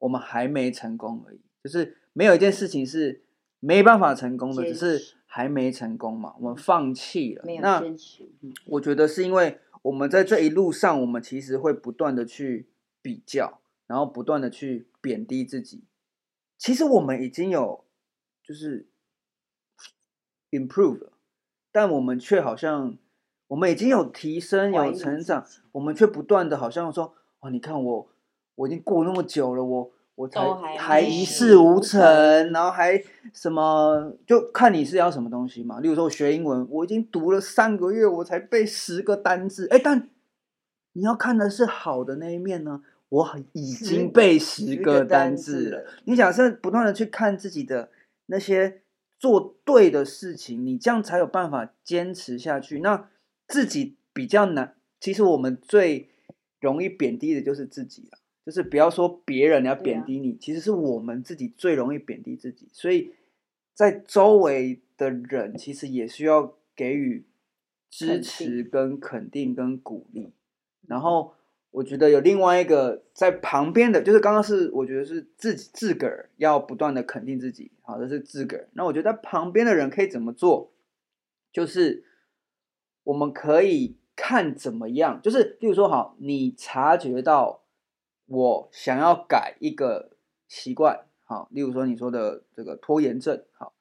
Speaker 1: 我们还没成功而已。就是没有一件事情是没办法成功的，只
Speaker 4: 坚
Speaker 1: 是
Speaker 4: 持嗯
Speaker 1: 还没成功嘛，我们放弃了。
Speaker 4: 没有
Speaker 1: 那
Speaker 4: 坚持，嗯
Speaker 1: 我觉得是因为我们在这一路上，我们其实会不断的去比较，然后不断的去贬低自己。其实我们已经有就是 improve 了，但我们却好像我们已经有提升、
Speaker 4: 怀
Speaker 1: 有
Speaker 4: 疑
Speaker 1: 成
Speaker 4: 自
Speaker 1: 长
Speaker 4: 己，
Speaker 1: 我们却不断的好像说哦，你看我我已经过那么久了，我我才
Speaker 2: 都还没
Speaker 1: 一事无成，然后还什么，就看你是要什么东西嘛。例如说，我学英文，我已经读了三个月，我才背十个单字，哎，但你要看的是好的那一面呢。我很已
Speaker 4: 十
Speaker 1: 经
Speaker 4: 个
Speaker 1: 背十
Speaker 4: 十
Speaker 1: 个
Speaker 4: 个
Speaker 1: 单
Speaker 4: 单
Speaker 1: 字
Speaker 4: 字
Speaker 1: 了
Speaker 4: 了，
Speaker 1: 你假设不断的去看自己的那些做对的事情，你这样才有办法坚持下去。那自己比较难，其实我们最容易贬低的就是自己啊，就是不要说别人要
Speaker 4: 对
Speaker 1: 贬
Speaker 4: 啊
Speaker 1: 低你，其实是我们自己最容易贬低自己。所以在周围的人，其实也需要给予支
Speaker 4: 肯定嗯
Speaker 1: 持、跟肯定、跟鼓励。然后我觉得有另外一个在旁边的，就是刚刚是我觉得是自己自个儿要不断的肯定自己，好，这是自个儿。那我觉得在旁边的人可以怎么做？就是我们可以看怎么样，就是例如说，好，你察觉到我想要改一个习惯，好，例如说你说的这个拖延症，好，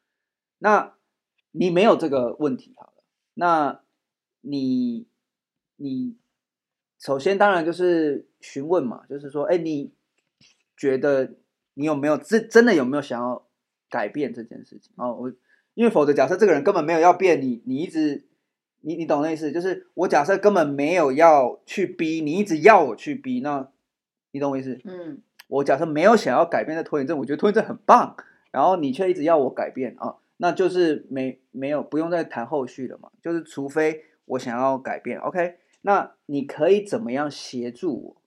Speaker 1: 那你没有这个问题，好了，那你你首先当然就是询问嘛，就是说，哎，你觉得你有没有真真的有没有想要改变这件事情？哦，我因为否则假设这个人根本没有要变，你你一直你你懂那意思？就是我假设根本没有要去逼你，一直要我去逼，那你懂我意思？
Speaker 4: 嗯，
Speaker 1: 我假设没有想要改变的拖延症，我觉得拖延症很棒，然后你却一直要我改变啊，那就是没没有不用再谈后续了嘛，就是除非我想要改变，OK，那你可以怎么样协助我？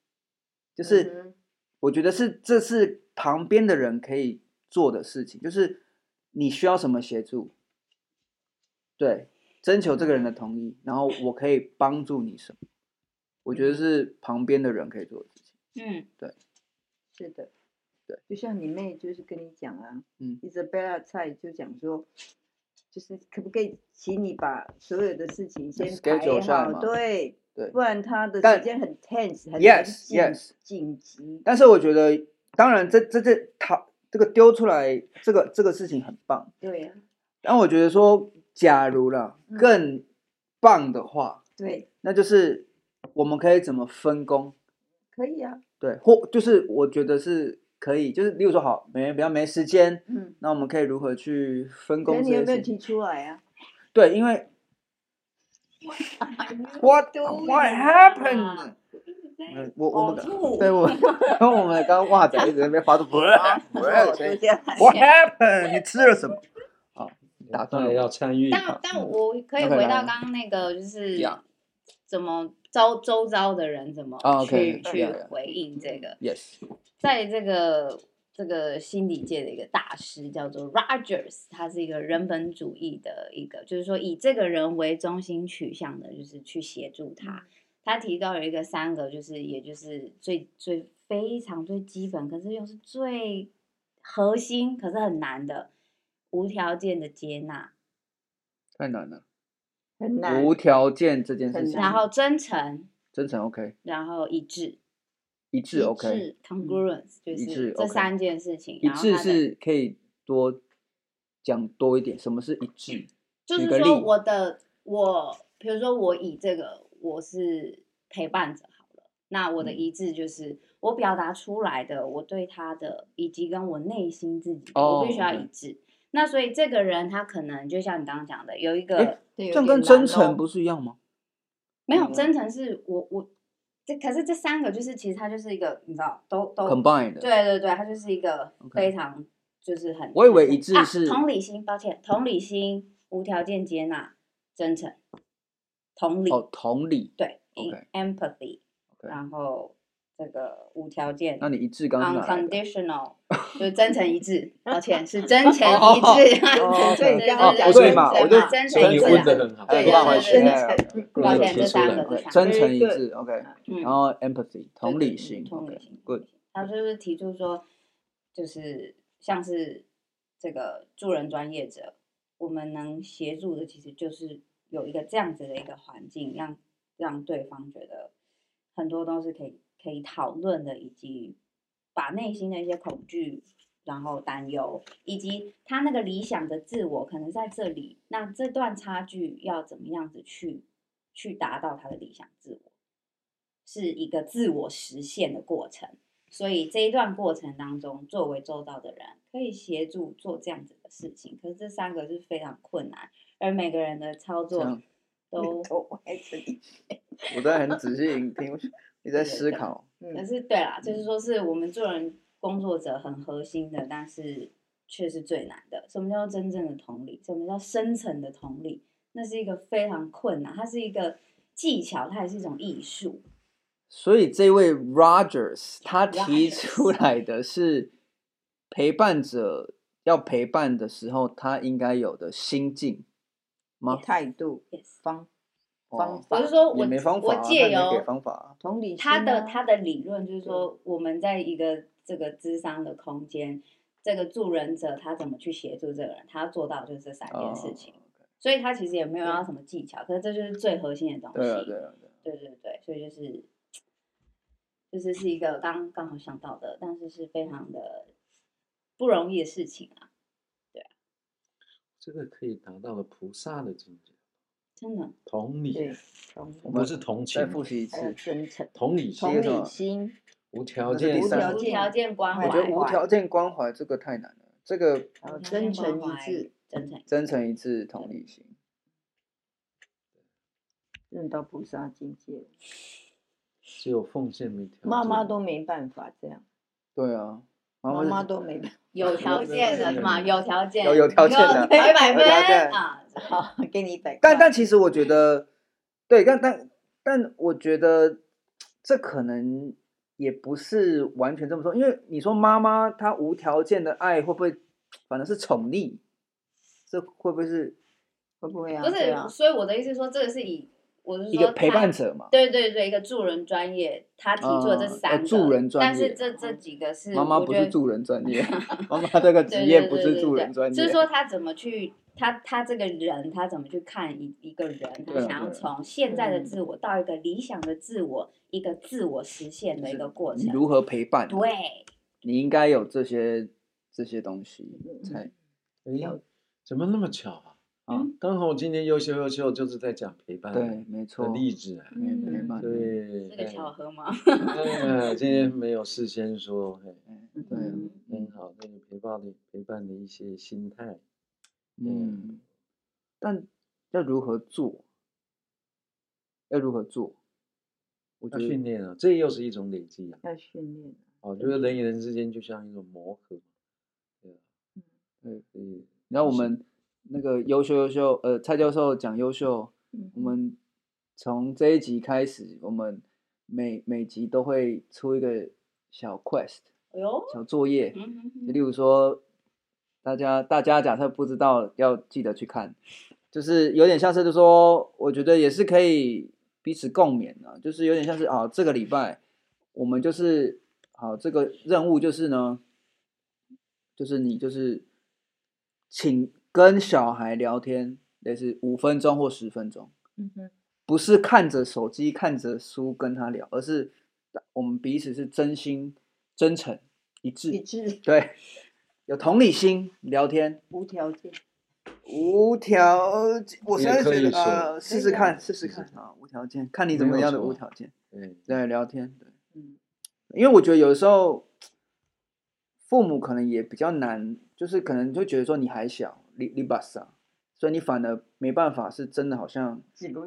Speaker 1: 就、
Speaker 4: 就是
Speaker 1: 我觉得是这是旁边的人可以做的事情，就是你需要什么协助，对，征求这个人的同意，然后我可以帮助你什么，我觉得是旁边的人可以做的事情，
Speaker 2: 嗯，
Speaker 4: 是的，
Speaker 1: 对，
Speaker 4: 就像你妹就是跟你讲啊，
Speaker 1: 嗯
Speaker 4: ，Isabella 蔡就讲说，就是可不可以请你把所有的事情先
Speaker 1: schedule
Speaker 4: 排
Speaker 1: 下来
Speaker 4: 好，
Speaker 1: 嘛
Speaker 4: 对，
Speaker 1: 对
Speaker 4: 不然他的
Speaker 1: 但
Speaker 4: 时间很 tense，很
Speaker 1: Yes，
Speaker 4: 紧
Speaker 1: yes
Speaker 4: 紧急，
Speaker 1: 但是我觉得，当然这这这他这个丢出来这个这个事情很棒，
Speaker 4: 对啊呀、
Speaker 1: 但我觉得说，假如啦
Speaker 4: 嗯
Speaker 1: 更棒的话，
Speaker 4: 对，
Speaker 1: 那就是我们可以怎么分工？
Speaker 4: 可以啊，
Speaker 1: 对，或就是我觉得是可以，就是例如说好，没比较没时间，
Speaker 4: 嗯，
Speaker 1: 那我们可以如何去分
Speaker 4: 可
Speaker 1: 工
Speaker 4: 是
Speaker 1: 这
Speaker 4: 你有
Speaker 1: 些
Speaker 4: 没有
Speaker 1: 事情？
Speaker 4: 提出来啊？
Speaker 1: 对，因为 What What happened？嗯，我我们的对我，然后我们的刚刚袜仔一直在那边 发出
Speaker 4: 哦，
Speaker 1: What
Speaker 4: 就这样，
Speaker 1: happened？你吃了什么？好，打断
Speaker 3: 那
Speaker 1: 了我。
Speaker 3: 要参与，嗯
Speaker 2: 但但我可以
Speaker 1: OK，
Speaker 2: 回
Speaker 1: 来
Speaker 2: 到
Speaker 1: 来
Speaker 2: 刚刚那个，就是
Speaker 1: Yeah
Speaker 2: 怎么周周遭的人怎么
Speaker 1: 啊
Speaker 2: 去
Speaker 1: ，OK，
Speaker 2: 去
Speaker 1: yeah，yeah
Speaker 2: 回应这个，
Speaker 1: Yes，
Speaker 2: 在这个这个心理界的一个大师叫做 Rogers，他是一个人本主义的一个，就是说以这个人为中心取向的，就是去协助他。
Speaker 1: 嗯
Speaker 2: 他提到有一个三个，就是也就是最最非常最基本，可是又是最核心可是很难的，无条件的接纳，
Speaker 1: 太难了，
Speaker 4: 很难。
Speaker 1: 无条件这件事
Speaker 4: 很
Speaker 1: 情，
Speaker 4: 难
Speaker 2: 然后真诚，
Speaker 1: 真诚 OK，
Speaker 2: 然后一致，
Speaker 1: 一致 OK，嗯
Speaker 2: 一致 congruence 就
Speaker 1: 一
Speaker 2: 是
Speaker 1: 致
Speaker 2: 这
Speaker 1: ，OK
Speaker 2: 三件事情。
Speaker 1: 一
Speaker 2: 然后
Speaker 1: 致
Speaker 2: 它的
Speaker 1: 是可以多讲多一点，什么是一致？
Speaker 2: 就
Speaker 1: 举
Speaker 2: 是
Speaker 1: 个
Speaker 2: 说
Speaker 1: 例
Speaker 2: 我的我，比如说我以这个我是陪伴者好了，那我的
Speaker 1: 嗯
Speaker 2: 一致就是我表达出来的我对他的，以及跟我内心自己的，
Speaker 1: 哦
Speaker 2: 我必须要
Speaker 1: ，OK
Speaker 2: 一致。那所以这个人他可能就像你刚刚讲的，有一
Speaker 1: 诶
Speaker 2: 个
Speaker 4: 对
Speaker 1: 这
Speaker 4: 有
Speaker 1: 样
Speaker 4: 点
Speaker 1: 跟真
Speaker 4: 难哦
Speaker 1: 诚
Speaker 4: 咯
Speaker 1: 不是一样吗？
Speaker 2: 没有
Speaker 1: 嗯
Speaker 2: 真诚是我我这可是这三个就是其实它就是一个你知道都都
Speaker 1: combine 的，
Speaker 2: 哦对对对，它就是一个
Speaker 1: OK
Speaker 2: 非常就是很
Speaker 1: 我以为
Speaker 2: 很
Speaker 1: 一致
Speaker 2: 啊
Speaker 1: 是
Speaker 2: 同理心，抱歉，同理心、无条件接纳、真诚、同理，
Speaker 1: 哦，同理。
Speaker 2: 对
Speaker 1: OK
Speaker 2: em- empathy，
Speaker 1: OK
Speaker 2: 然后这个无条件
Speaker 1: 那你一致刚刚是哪来
Speaker 2: 嗯
Speaker 1: 的？
Speaker 2: unconditional 就是真诚一致，抱歉是真 诚一致，
Speaker 4: 哦所以你
Speaker 2: 对
Speaker 4: 刚刚
Speaker 2: 对
Speaker 4: 讲
Speaker 1: 对
Speaker 2: 真
Speaker 1: 嘛
Speaker 2: 诚
Speaker 1: 我就
Speaker 2: 真
Speaker 3: 所以
Speaker 2: 诚
Speaker 3: 你
Speaker 2: 一
Speaker 4: 对
Speaker 3: 问
Speaker 4: 问
Speaker 2: 致
Speaker 3: 的
Speaker 4: 得
Speaker 2: 啊，
Speaker 3: 很好，
Speaker 2: 对
Speaker 1: 哎不
Speaker 2: 对
Speaker 1: 让我
Speaker 2: 对
Speaker 1: 学，OK，，good，我提
Speaker 2: 对抱歉这
Speaker 4: 真诚
Speaker 1: 出
Speaker 2: 三
Speaker 1: 来
Speaker 2: 个
Speaker 1: 了
Speaker 2: 不
Speaker 1: 对
Speaker 2: 想
Speaker 1: 哎真诚一
Speaker 4: 对
Speaker 1: 致，OK，
Speaker 2: 嗯
Speaker 1: 然后 empathy
Speaker 2: 对
Speaker 1: 同
Speaker 2: 对
Speaker 1: 理
Speaker 2: 嗯
Speaker 1: 心
Speaker 2: 同理心
Speaker 1: ，OK，good，
Speaker 2: 他就是提出说，就是像是这个助人专业者，我们能协助的其实就是有一个这样子的一个环境，让让对方觉得很多都是可以可以讨论的，以及把内心的一些恐惧。然后担忧，以及他那个理想的自我可能在这里，那这段差距要怎么样子去去达到他的理想自我，是一个自我实现的过程。所以这一段过程当中，作为周到的人，可以协助做这样子的事情。可是这三个是非常困难，而每个人的操
Speaker 1: 这
Speaker 2: 作
Speaker 1: 样
Speaker 2: 都，
Speaker 4: 我还真
Speaker 1: 我在很仔细聆听，你在思考，
Speaker 2: 可
Speaker 4: 嗯，
Speaker 2: 是对啦，就是说是我们做人工作者很核心的，但是却是最难的。什么叫真正的同理？什么叫深层的同理？那是一个非常困难，它是一个技巧，它也是一种艺术。
Speaker 1: 所以这位 Rogers 他
Speaker 2: Rogers
Speaker 1: 提出来的是陪伴者要陪伴的时候，他应该有的心境吗？
Speaker 4: 态度
Speaker 2: Yes，
Speaker 4: 方
Speaker 1: 哦
Speaker 4: 方
Speaker 2: 我
Speaker 4: 法
Speaker 2: 是说
Speaker 1: 也
Speaker 2: 我
Speaker 1: 没方法
Speaker 2: 我
Speaker 1: 啊，他也
Speaker 2: 借
Speaker 1: 没
Speaker 2: 由
Speaker 1: 给方法啊，
Speaker 4: 同理心
Speaker 2: 他的
Speaker 4: 啊
Speaker 2: 他的理论就是说，我们在一个这个智商的空间，这个助人者他怎么去协助这个人，他要做到就是这三件事情，
Speaker 1: 哦
Speaker 2: 所以他其实也没有要什么技巧，可是这就是最核心的东西。
Speaker 1: 对啊，对啊，对啊，
Speaker 2: 对对对所以就是就是是一个刚刚好想到的，但是是非常的不容易的事情啊，
Speaker 3: 这个可以达到了菩萨的境界，
Speaker 2: 真的。
Speaker 3: 同理
Speaker 4: 对，，同理
Speaker 1: 我
Speaker 3: 不
Speaker 1: 们
Speaker 3: 是同情
Speaker 1: 再，复习一
Speaker 4: 还有
Speaker 1: 次，
Speaker 4: 真诚，
Speaker 3: 同理心
Speaker 1: 这个
Speaker 4: 同
Speaker 1: 是什
Speaker 4: 理
Speaker 1: 么
Speaker 4: 心，
Speaker 3: 无条
Speaker 1: 这是
Speaker 3: 件
Speaker 1: 第
Speaker 2: 无
Speaker 1: 三
Speaker 3: 的
Speaker 1: 个
Speaker 2: 无条件关
Speaker 1: 我
Speaker 2: 怀，
Speaker 1: 觉得无
Speaker 4: 关怀
Speaker 1: 条件关怀这个太难了，这个
Speaker 4: 然后
Speaker 2: 无条件
Speaker 4: 真诚
Speaker 2: 嗯关
Speaker 4: 一
Speaker 2: 怀
Speaker 4: 致，，
Speaker 2: 真诚，
Speaker 1: 真诚一致，同理心。
Speaker 4: 认到菩萨境界，
Speaker 3: 只有奉献没条件。
Speaker 4: 妈妈都没办法这样，
Speaker 1: 对啊，妈
Speaker 4: 妈妈
Speaker 1: 妈
Speaker 4: 都没办
Speaker 2: 有条件的嘛，有条件，
Speaker 1: 有有条件的
Speaker 2: 有一百
Speaker 1: 有条件
Speaker 2: 分啊，
Speaker 4: 法，好，给你一百块，
Speaker 2: 嗯
Speaker 1: 但但其实我觉得，对，但但但我觉得这可能也不是完全这么说，因为你说妈妈她无条件的爱会不会反而是宠溺？这会不会是
Speaker 4: 会不会啊？
Speaker 2: 不
Speaker 4: 对
Speaker 2: 是，
Speaker 4: 啊，
Speaker 2: 所以我的意思是说，这个是以我是
Speaker 1: 一
Speaker 2: 说
Speaker 1: 个陪
Speaker 2: 他
Speaker 1: 伴，者嘛？
Speaker 2: 对对对，一个助人专业，他提出了这
Speaker 1: 嗯
Speaker 2: 三个、
Speaker 1: 呃助人专业嗯
Speaker 2: 但是这这几个是
Speaker 1: 妈妈
Speaker 2: 我
Speaker 1: 不
Speaker 2: 觉
Speaker 1: 是
Speaker 2: 得
Speaker 1: 助人专 业，妈妈这个职
Speaker 2: 对
Speaker 1: 业
Speaker 2: 对
Speaker 1: 不
Speaker 2: 对
Speaker 1: 是
Speaker 2: 对
Speaker 1: 助
Speaker 2: 对
Speaker 1: 人专业，
Speaker 2: 就是说他怎么去。他他这个人，他怎么去看一一个人？他
Speaker 1: 对啊
Speaker 2: 想要
Speaker 1: 对啊
Speaker 2: 从现在的
Speaker 4: 嗯
Speaker 2: 自我到一个理想的自我，一个自我实现的一个过
Speaker 1: 你
Speaker 2: 程。
Speaker 1: 如何陪伴、啊？
Speaker 2: 对，
Speaker 1: 你应该有这些这些东西
Speaker 4: 嗯嗯
Speaker 1: 才
Speaker 3: 哎，怎么那么巧啊？
Speaker 1: 啊，
Speaker 2: 嗯
Speaker 3: 刚好今年优秀优秀就是在讲陪伴
Speaker 1: 对，没
Speaker 3: 的
Speaker 1: 错，
Speaker 3: 励志啊，
Speaker 1: 没陪
Speaker 2: 嗯
Speaker 1: 伴，
Speaker 3: 对，
Speaker 2: 是个巧合吗？
Speaker 3: 哎，今天没有事先说，哎，
Speaker 1: 哎，
Speaker 2: 嗯
Speaker 1: 对
Speaker 4: 嗯
Speaker 1: 啊，
Speaker 3: 很好，那个陪伴的陪伴的一些心态，
Speaker 1: 嗯，但要如何做？要如何做？我觉
Speaker 3: 要
Speaker 1: 得
Speaker 3: 训练啊，这又是一种累积啊。
Speaker 4: 要训练，
Speaker 3: 哦，就是人与人之间就像一种磨合，对啊吧？
Speaker 1: 对，
Speaker 3: 所以
Speaker 1: 然后我们那个优秀优秀，呃，蔡教授讲优秀，
Speaker 4: 嗯
Speaker 1: 我们从这一集开始，我们每每集都会出一个小 quest
Speaker 2: 哎呦，
Speaker 1: 小作业，
Speaker 2: 嗯哼哼
Speaker 1: 就例如说，大家大家假设不知道，要记得去看，就是有点像是就说，我觉得也是可以彼此共勉的、就是有点像是啊，这个礼哦拜我们就是好、这个任务就是呢，就是你就是请跟小孩聊天，类似五分钟或十分钟，
Speaker 4: 嗯哼，
Speaker 1: 不是看着手机看着书跟他聊，而是我们彼此是真心、真诚、一
Speaker 4: 理
Speaker 1: 致，
Speaker 4: 智
Speaker 1: 对，有同理心聊天，
Speaker 4: 无条件，
Speaker 1: 无条件，我
Speaker 3: 也
Speaker 1: 现在
Speaker 3: 可
Speaker 1: 觉
Speaker 3: 以
Speaker 1: 得呃，
Speaker 3: 说
Speaker 1: 试试看，试试
Speaker 3: 试
Speaker 1: 看
Speaker 3: 试
Speaker 1: 啊，无条件，看你怎
Speaker 3: 没
Speaker 1: 么
Speaker 3: 有
Speaker 1: 样的
Speaker 3: 错
Speaker 1: 无条件，
Speaker 3: 对，
Speaker 1: 对，聊天，对。
Speaker 4: 嗯，
Speaker 1: 因为我觉得有时候父母可能也比较难，就是可能就觉得说你还小，你你把啥，所以你反而没办法，是真的好像
Speaker 4: 自如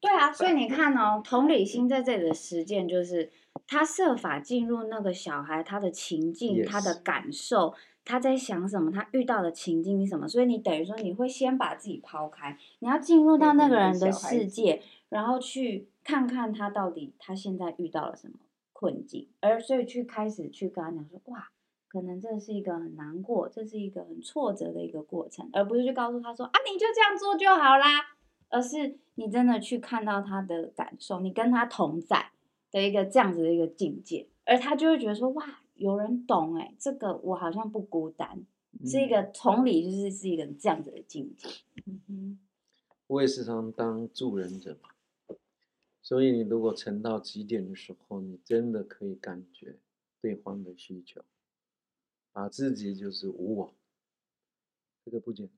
Speaker 2: 对啊，所以你看哦，同理心在这里的实践就是，他设法进入那个小孩他的情境、他的
Speaker 3: Yes
Speaker 2: 感受，他在想什么，他遇到的情境是什么，所以你等于说你会先把自己抛开，你要进入到那
Speaker 4: 变成
Speaker 2: 个
Speaker 4: 一个
Speaker 2: 人的
Speaker 4: 小孩
Speaker 2: 世
Speaker 4: 子
Speaker 2: 界，然后去看看他到底他现在遇到了什么困境，而所以去开始去跟他讲说，哇。可能这是一个很难过，这是一个很挫折的一个过程，而不是去告诉他说啊，你就这样做就好啦，而是你真的去看到他的感受，你跟他同在的一个这样子的一个境界，而他就会觉得说哇，有人懂哎、这个我好像不孤单，是一
Speaker 1: 嗯
Speaker 2: 个同理，就是是一个这样子的境界。嗯哼，
Speaker 3: 我也时常当助人者嘛，所以你如果沉到极点的时候，你真的可以感觉对方的需求，把自己就是无我，这个不简单。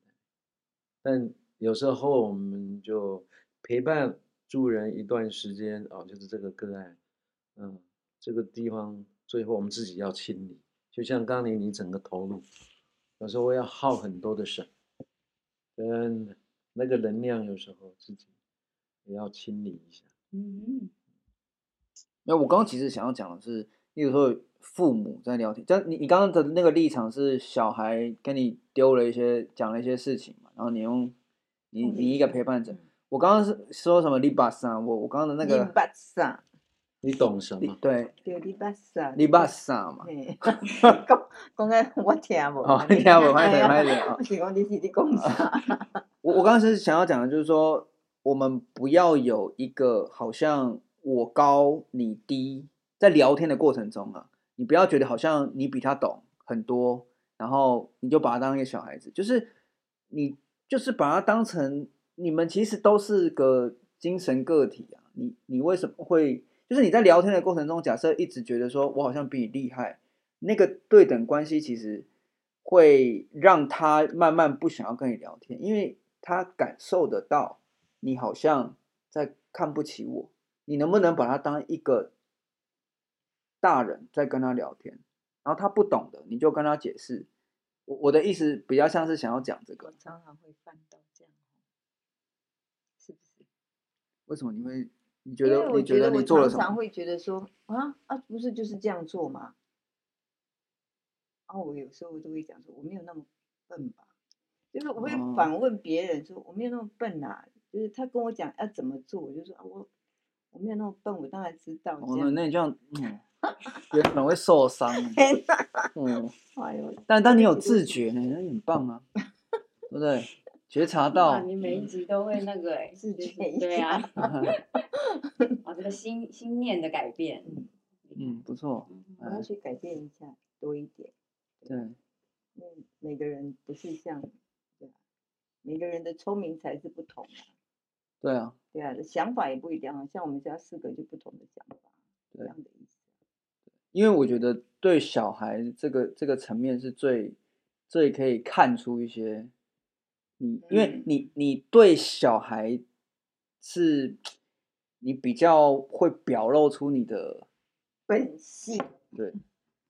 Speaker 3: 但有时候我们就陪伴助人一段时间哦，就是这个个案，嗯，这个地方最后我们自己要清理，就像刚才你整个投入，有时候要耗很多的神，真的那个能量有时候自己也要清理一下。
Speaker 2: 嗯
Speaker 1: 那我刚刚其实想要讲的是，例如说父母在聊天，但你你刚刚的那个立场是小孩跟你丢了一些讲了一些事情嘛，然后你用你
Speaker 4: 同理
Speaker 1: 你一个陪伴者，我刚刚是说什么利巴萨，我我刚刚的那
Speaker 4: 里
Speaker 1: 个
Speaker 4: 巴萨，
Speaker 3: 你懂什么？
Speaker 1: 对
Speaker 4: 对里巴萨，
Speaker 1: 利巴萨嘛，
Speaker 4: 嘿，讲讲个我听无，
Speaker 1: 哦，你听不
Speaker 4: 我
Speaker 1: 拍
Speaker 4: 嘿
Speaker 1: 手
Speaker 4: 啊
Speaker 1: 拍手啊
Speaker 4: 我。是讲你是你 讲啥？
Speaker 1: 我我刚刚是想要讲的，就是说我们不要有一个好像我高你低，在聊天的过程中啊，你不要觉得好像你比他懂很多，然后你就把他当一个小孩子，就是你就是把他当成你们其实都是个精神个体啊，你你为什么会就是你在聊天的过程中，假设一直觉得说我好像比你厉害，那个对等关系其实会让他慢慢不想要跟你聊天，因为他感受得到你好像在看不起我。你能不能把他当一个大人在跟他聊天？然后他不懂的，你就跟他解释。我我的意思比较像是想要讲这
Speaker 4: 我
Speaker 1: 个，
Speaker 4: 常常会犯到这样，是不是？
Speaker 1: 为什么你会？你觉
Speaker 4: 因
Speaker 1: 得
Speaker 4: 为我
Speaker 1: 你
Speaker 4: 觉
Speaker 1: 得
Speaker 4: 我
Speaker 1: 你做了
Speaker 4: 常
Speaker 1: 什
Speaker 4: 常
Speaker 1: 么？
Speaker 4: 会觉得说啊啊，不是就是这样做嘛。然后我有时候我都会讲说，我没有那么笨吧，就是我会
Speaker 1: 哦
Speaker 4: 反问别人说，我没有那么笨啊。就是他跟我讲要怎么做，我就说啊，我我没有那么笨，我当然知道这
Speaker 1: 哦，那
Speaker 4: 样。
Speaker 1: 那你这样，嗯， 有可能会受伤。
Speaker 4: 天哪！
Speaker 1: 嗯，
Speaker 4: 哎呦，
Speaker 1: 但但你有自觉呢，那你很棒啊，对不对？觉察
Speaker 2: 哇，
Speaker 1: 到，嗯
Speaker 2: 你每一集都会那个哎、
Speaker 4: 自
Speaker 2: 就是
Speaker 4: 觉一
Speaker 2: 对啊，
Speaker 4: 嗯，
Speaker 2: 啊这个心心念的改变，
Speaker 1: 嗯，不错，
Speaker 4: 我要
Speaker 1: 哎
Speaker 4: 去改变一下，多一点，
Speaker 1: 对。
Speaker 4: 因为嗯每个人不是像，对吧？每个人的聪明才是不同的，
Speaker 1: 对啊，
Speaker 4: 对啊，想法也不一样，啊像我们家四个就不同的想法，一
Speaker 1: 对
Speaker 4: 样的意思。
Speaker 1: 因为我觉得对小孩这个这个层面是最最可以看出一些你，因为
Speaker 4: 嗯
Speaker 1: 你你对小孩是，你比较会表露出你的，
Speaker 4: 本性，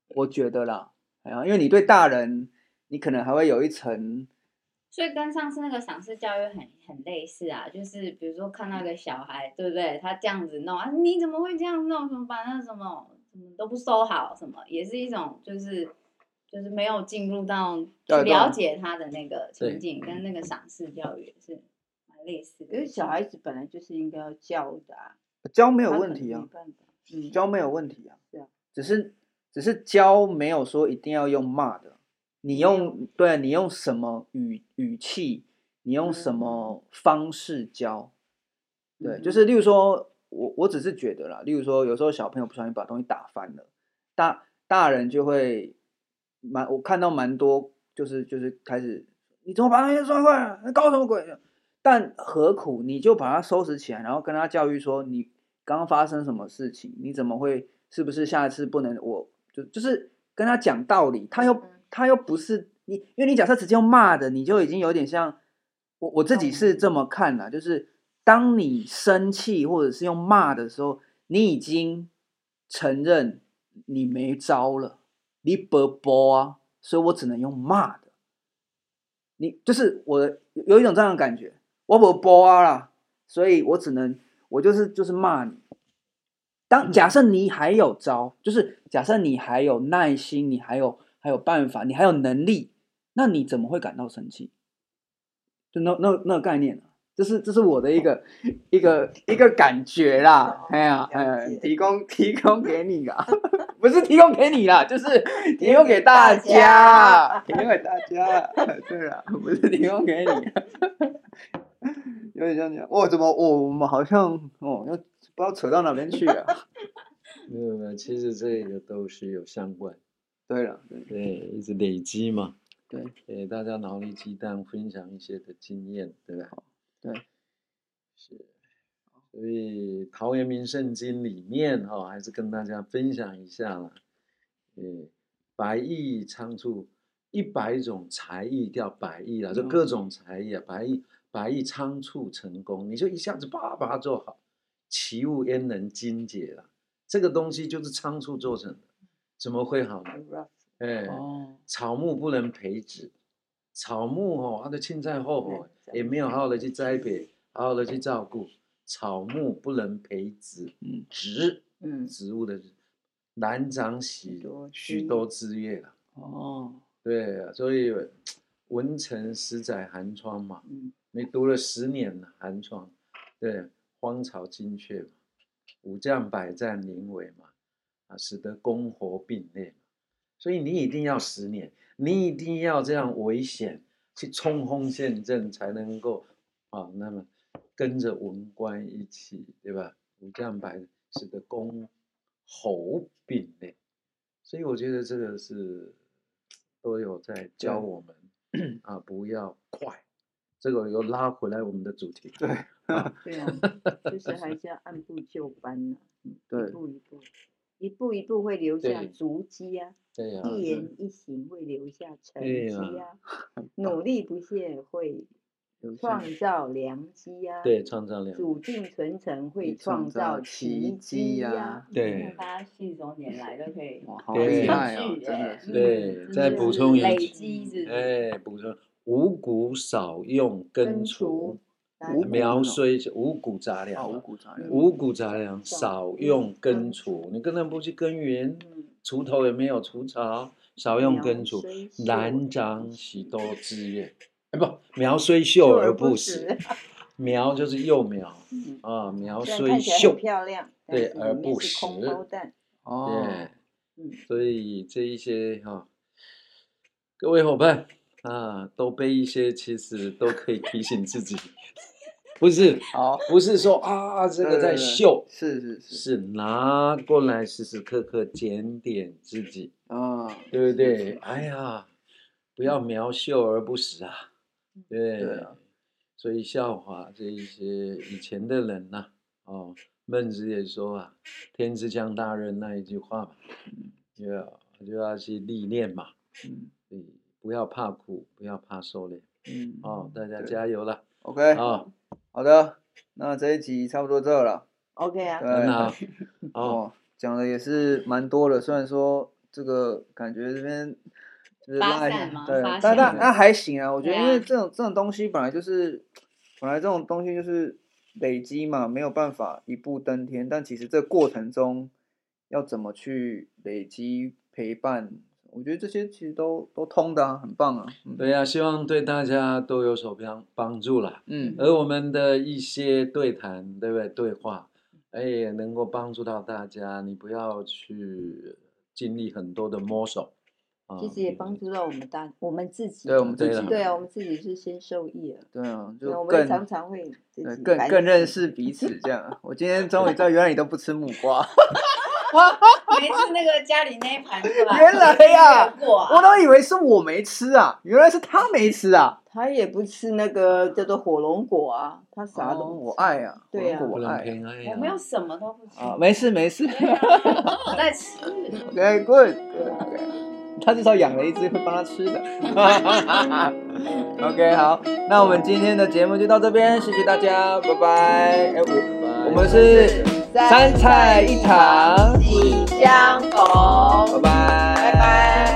Speaker 1: 我觉得啦，哎呀，因为你对大人，你可能还会有一层，
Speaker 2: 所以跟上次那个赏识教育很很类似啊，就是比如说看到一个小孩，对不对？他这样子弄啊，你怎么会这样弄？什么把那什么什么都不收好，什么也是一种就是就是没有进入到去
Speaker 1: 对
Speaker 2: 了
Speaker 1: 对
Speaker 2: 解他的那个
Speaker 3: 对
Speaker 2: 情境，跟那个赏识教育也是蛮类似
Speaker 4: 因
Speaker 2: 的。
Speaker 4: 为小孩子本来就是应该要教的啊，
Speaker 1: 教没有
Speaker 4: 他
Speaker 1: 问
Speaker 4: 可能
Speaker 1: 题啊
Speaker 4: 没，办法，嗯，
Speaker 1: 教没有问题啊，
Speaker 4: 是啊
Speaker 1: 只是只是教没有说一定要用骂的，你用对啊你用什么语语气，你用什么方式教，对，就
Speaker 4: 嗯
Speaker 1: 是例如说我我只是觉得啦，例如说有时候小朋友不小心把东西打翻了，大大人就会蛮我看到蛮多，就是就是开始，你怎么把那些摔坏了？那搞什么鬼？啊但何苦你就把它收拾起来，然后跟他教育说，你刚刚发生什么事情？你怎么会？是不是下次不能我就就是跟他讲道理？他又他又不是你，因为你假设直接用骂的，你就已经有点像我我自己是这么看啦，就是当你生气或者是用骂的时候，你已经承认你没招了，你不播啊，所以我只能用骂的。你就是我的有一种这样的感觉，我不播啊啦，所以我只能我就是就是骂你。
Speaker 4: 嗯
Speaker 1: 当假设你还有招，就是假设你还有耐心，你还有还有办法，你还有能力，那你怎么会感到生气？就那那那个概念啊，这是这是我的一
Speaker 4: 哦
Speaker 1: 个一个一个感觉啦，哎呀哎呀
Speaker 4: 了解，
Speaker 1: 提供提供给你啦， 不是提供给你啦，
Speaker 4: 哦
Speaker 1: 就是提供给大
Speaker 4: 提供给大
Speaker 1: 家，提供给大家， 对啦，不是提供给你。啊 有点像这样，哇，怎么我我们好像哦，要不知道扯到哪边去啊？
Speaker 3: 没有没有，其实这个都是有相关，
Speaker 1: 对了，对
Speaker 3: 对，一直累积嘛，
Speaker 1: 对，
Speaker 3: 给大家脑力激荡，分享一些的经验，对吧？
Speaker 1: 对，
Speaker 3: 是，所以《陶渊明圣经》里面哈、还是跟大家分享一下啦。嗯，百艺仓促，一百种才艺叫百艺啦，就
Speaker 1: 嗯
Speaker 3: 各种才艺啊，百艺百艺仓促成功，你就一下子叭把它做好，其物焉能精解啦？这个东西就是仓促做成的，怎么会好呢？哎，
Speaker 1: 哦，
Speaker 3: 草木不能培植，草木哦，它的青菜后哦，
Speaker 4: 对
Speaker 3: 也没有好好的去栽培，好好的去照顾，草木不能培植，
Speaker 1: 嗯
Speaker 3: 植
Speaker 4: 嗯，
Speaker 3: 植物的难长
Speaker 4: 许
Speaker 3: 许
Speaker 4: 多
Speaker 3: 许
Speaker 4: 枝
Speaker 3: 多枝叶了。
Speaker 1: 哦，
Speaker 3: 对啊，所以文成十载寒窗嘛，
Speaker 4: 嗯
Speaker 3: 你读了十年了寒窗，对，荒草金阙嘛，武将百战临危嘛，啊，使得公侯并列嘛，所以你一定要十年，你一定要这样危险去冲锋陷阵，才能够啊，那么跟着文官一起，对吧？武将百使得公侯并列，所以我觉得这个是都有在教我们 啊，不要快。这个又拉回来我们的主题。
Speaker 1: 对
Speaker 4: 对啊，就是还是要按部就班呐、嗯
Speaker 1: 对
Speaker 4: 一步一步，一步一步会留下
Speaker 3: 对
Speaker 4: 足迹啊，
Speaker 3: 对呀、
Speaker 4: 一言一行会留下成
Speaker 3: 对
Speaker 4: 绩
Speaker 3: 呀
Speaker 4: 啊，努力不懈会
Speaker 1: 有
Speaker 4: 创
Speaker 1: 趣
Speaker 4: 造良机啊，
Speaker 3: 对，创造力。
Speaker 4: 煮进存成会
Speaker 1: 会创
Speaker 4: 创造
Speaker 1: 造
Speaker 4: 奇
Speaker 1: 奇迹
Speaker 4: 迹
Speaker 1: 呀
Speaker 4: 呀、
Speaker 3: 对
Speaker 2: 大家信手拈来都可以。
Speaker 1: 哇，好
Speaker 3: 对
Speaker 1: 厉害啊，
Speaker 2: 有趣
Speaker 1: 真
Speaker 2: 耶
Speaker 1: 的是，
Speaker 3: 对
Speaker 2: 嗯
Speaker 3: 再
Speaker 2: 就
Speaker 3: 补
Speaker 2: 是
Speaker 3: 充一
Speaker 2: 累
Speaker 3: 句
Speaker 2: 积是不是
Speaker 3: 哎，补充五谷少用根
Speaker 4: 根
Speaker 3: 除
Speaker 4: 除，哦
Speaker 1: 五谷
Speaker 3: 苗
Speaker 1: 是什么
Speaker 3: 虽五谷杂粮
Speaker 1: 哦，五
Speaker 3: 啊，
Speaker 1: 谷杂粮，
Speaker 3: 五谷杂粮
Speaker 4: 少
Speaker 3: 少
Speaker 4: 用
Speaker 3: 用根
Speaker 4: 根
Speaker 3: 除，你根本不去耕耘，
Speaker 4: 嗯，
Speaker 3: 锄头也没有除草，少用
Speaker 4: 苗
Speaker 3: 根除
Speaker 4: 虽，秀
Speaker 3: 难
Speaker 4: 而
Speaker 3: 长
Speaker 4: 不
Speaker 3: 许
Speaker 4: 实
Speaker 3: 多枝叶。哎，不，苗虽秀
Speaker 4: 幼
Speaker 3: 而
Speaker 4: 而不
Speaker 3: 实
Speaker 4: 实，
Speaker 3: 苗就是幼苗
Speaker 4: 嗯
Speaker 3: 啊，苗
Speaker 4: 虽然
Speaker 3: 虽
Speaker 4: 看起来
Speaker 3: 秀
Speaker 4: 很。漂亮，但
Speaker 3: 对
Speaker 4: 是
Speaker 3: 而
Speaker 4: 里面
Speaker 3: 不
Speaker 4: 是空
Speaker 3: 实
Speaker 4: 包蛋，
Speaker 1: 哦
Speaker 3: 对，，
Speaker 4: 嗯，
Speaker 3: 所以这一些哈、各位伙伴啊，都背一些，其实都可以提醒自己， 不是
Speaker 1: 好，
Speaker 3: 不是说啊这个
Speaker 1: 对
Speaker 3: 在秀，
Speaker 1: 是哦是是，
Speaker 3: 是拿过来时时刻刻检点自己，
Speaker 1: 啊，
Speaker 3: 对不
Speaker 1: 是
Speaker 3: 对？
Speaker 1: 是
Speaker 3: 哎呀，不要苗秀而不实啊，对
Speaker 1: 对啊
Speaker 3: 所以笑话这一些以前的人呐、哦，孟子也说啊，“天之将大任”那一句话嘛，就要就要去历练嘛，
Speaker 1: 嗯
Speaker 3: 所以不要怕苦，不要怕受累
Speaker 1: 嗯，
Speaker 3: 哦，大家
Speaker 1: 对哎
Speaker 3: 加油了
Speaker 1: ，OK，
Speaker 3: 啊，
Speaker 1: 好的，那这一集差不多这了，
Speaker 4: OK 啊，
Speaker 1: 对
Speaker 3: 很好，哦，
Speaker 1: 哦，讲的也是蛮多的，虽然说这个感觉这边就是
Speaker 2: 发
Speaker 1: 拉一
Speaker 2: 散
Speaker 1: 下
Speaker 2: 吗
Speaker 1: 对
Speaker 2: 发，
Speaker 1: 但
Speaker 2: 散
Speaker 1: 但
Speaker 3: 吗
Speaker 1: 那还行啊，我觉得
Speaker 2: 对
Speaker 1: 因为
Speaker 2: 啊
Speaker 1: 这种这种东西本来就是，本来这种东西就是累积嘛，没有办法一步登天，但其实这过程中要怎么去累积陪伴，我觉得这些其实都都通的啊，很棒啊，嗯
Speaker 3: 对呀、希望对大家都有所帮帮助啦。
Speaker 1: 嗯，
Speaker 3: 而我们的一些对谈，对不对？对话，哎，也能够帮助到大家。你不要去经历很多的摸索，啊，
Speaker 4: 其实也帮助到我们大我们自己，
Speaker 1: 对我们自
Speaker 3: 对
Speaker 1: 己
Speaker 3: 了
Speaker 4: 对
Speaker 1: 啊，
Speaker 4: 啊，我们自己是先受益了，
Speaker 1: 对啊，
Speaker 4: 对啊
Speaker 1: 就
Speaker 4: 我们也
Speaker 1: 更
Speaker 4: 常常会自
Speaker 1: 对
Speaker 4: 己
Speaker 1: 更
Speaker 4: 反
Speaker 1: 更认
Speaker 4: 省
Speaker 1: 识彼此这样啊。我今天终于知道，原来你都不吃木瓜。
Speaker 2: 没吃那个家里那一盘是吧？
Speaker 1: 原来呀
Speaker 2: 没有过啊
Speaker 1: 我都以为是我没吃啊，原来是他没吃啊。
Speaker 4: 他也不吃那个叫做火龙果啊，他啥都
Speaker 1: 哦
Speaker 4: 不吃
Speaker 1: 我爱啊，
Speaker 4: 对啊
Speaker 1: 火龙
Speaker 3: 不
Speaker 1: 果我
Speaker 3: 能
Speaker 1: 爱
Speaker 3: 偏爱
Speaker 2: 我没有
Speaker 3: 呀。
Speaker 2: 什么都不吃，
Speaker 1: 啊，没事没 事。
Speaker 2: 对啊都有在吃。
Speaker 1: OK good good OK，他至少养了一只会帮他吃的。OK 好，那我们今天的节目就到这边，谢谢大家，拜拜。哎，我我们是三菜一汤，
Speaker 4: 喜相
Speaker 1: 拜拜，
Speaker 4: 逢哦拜拜。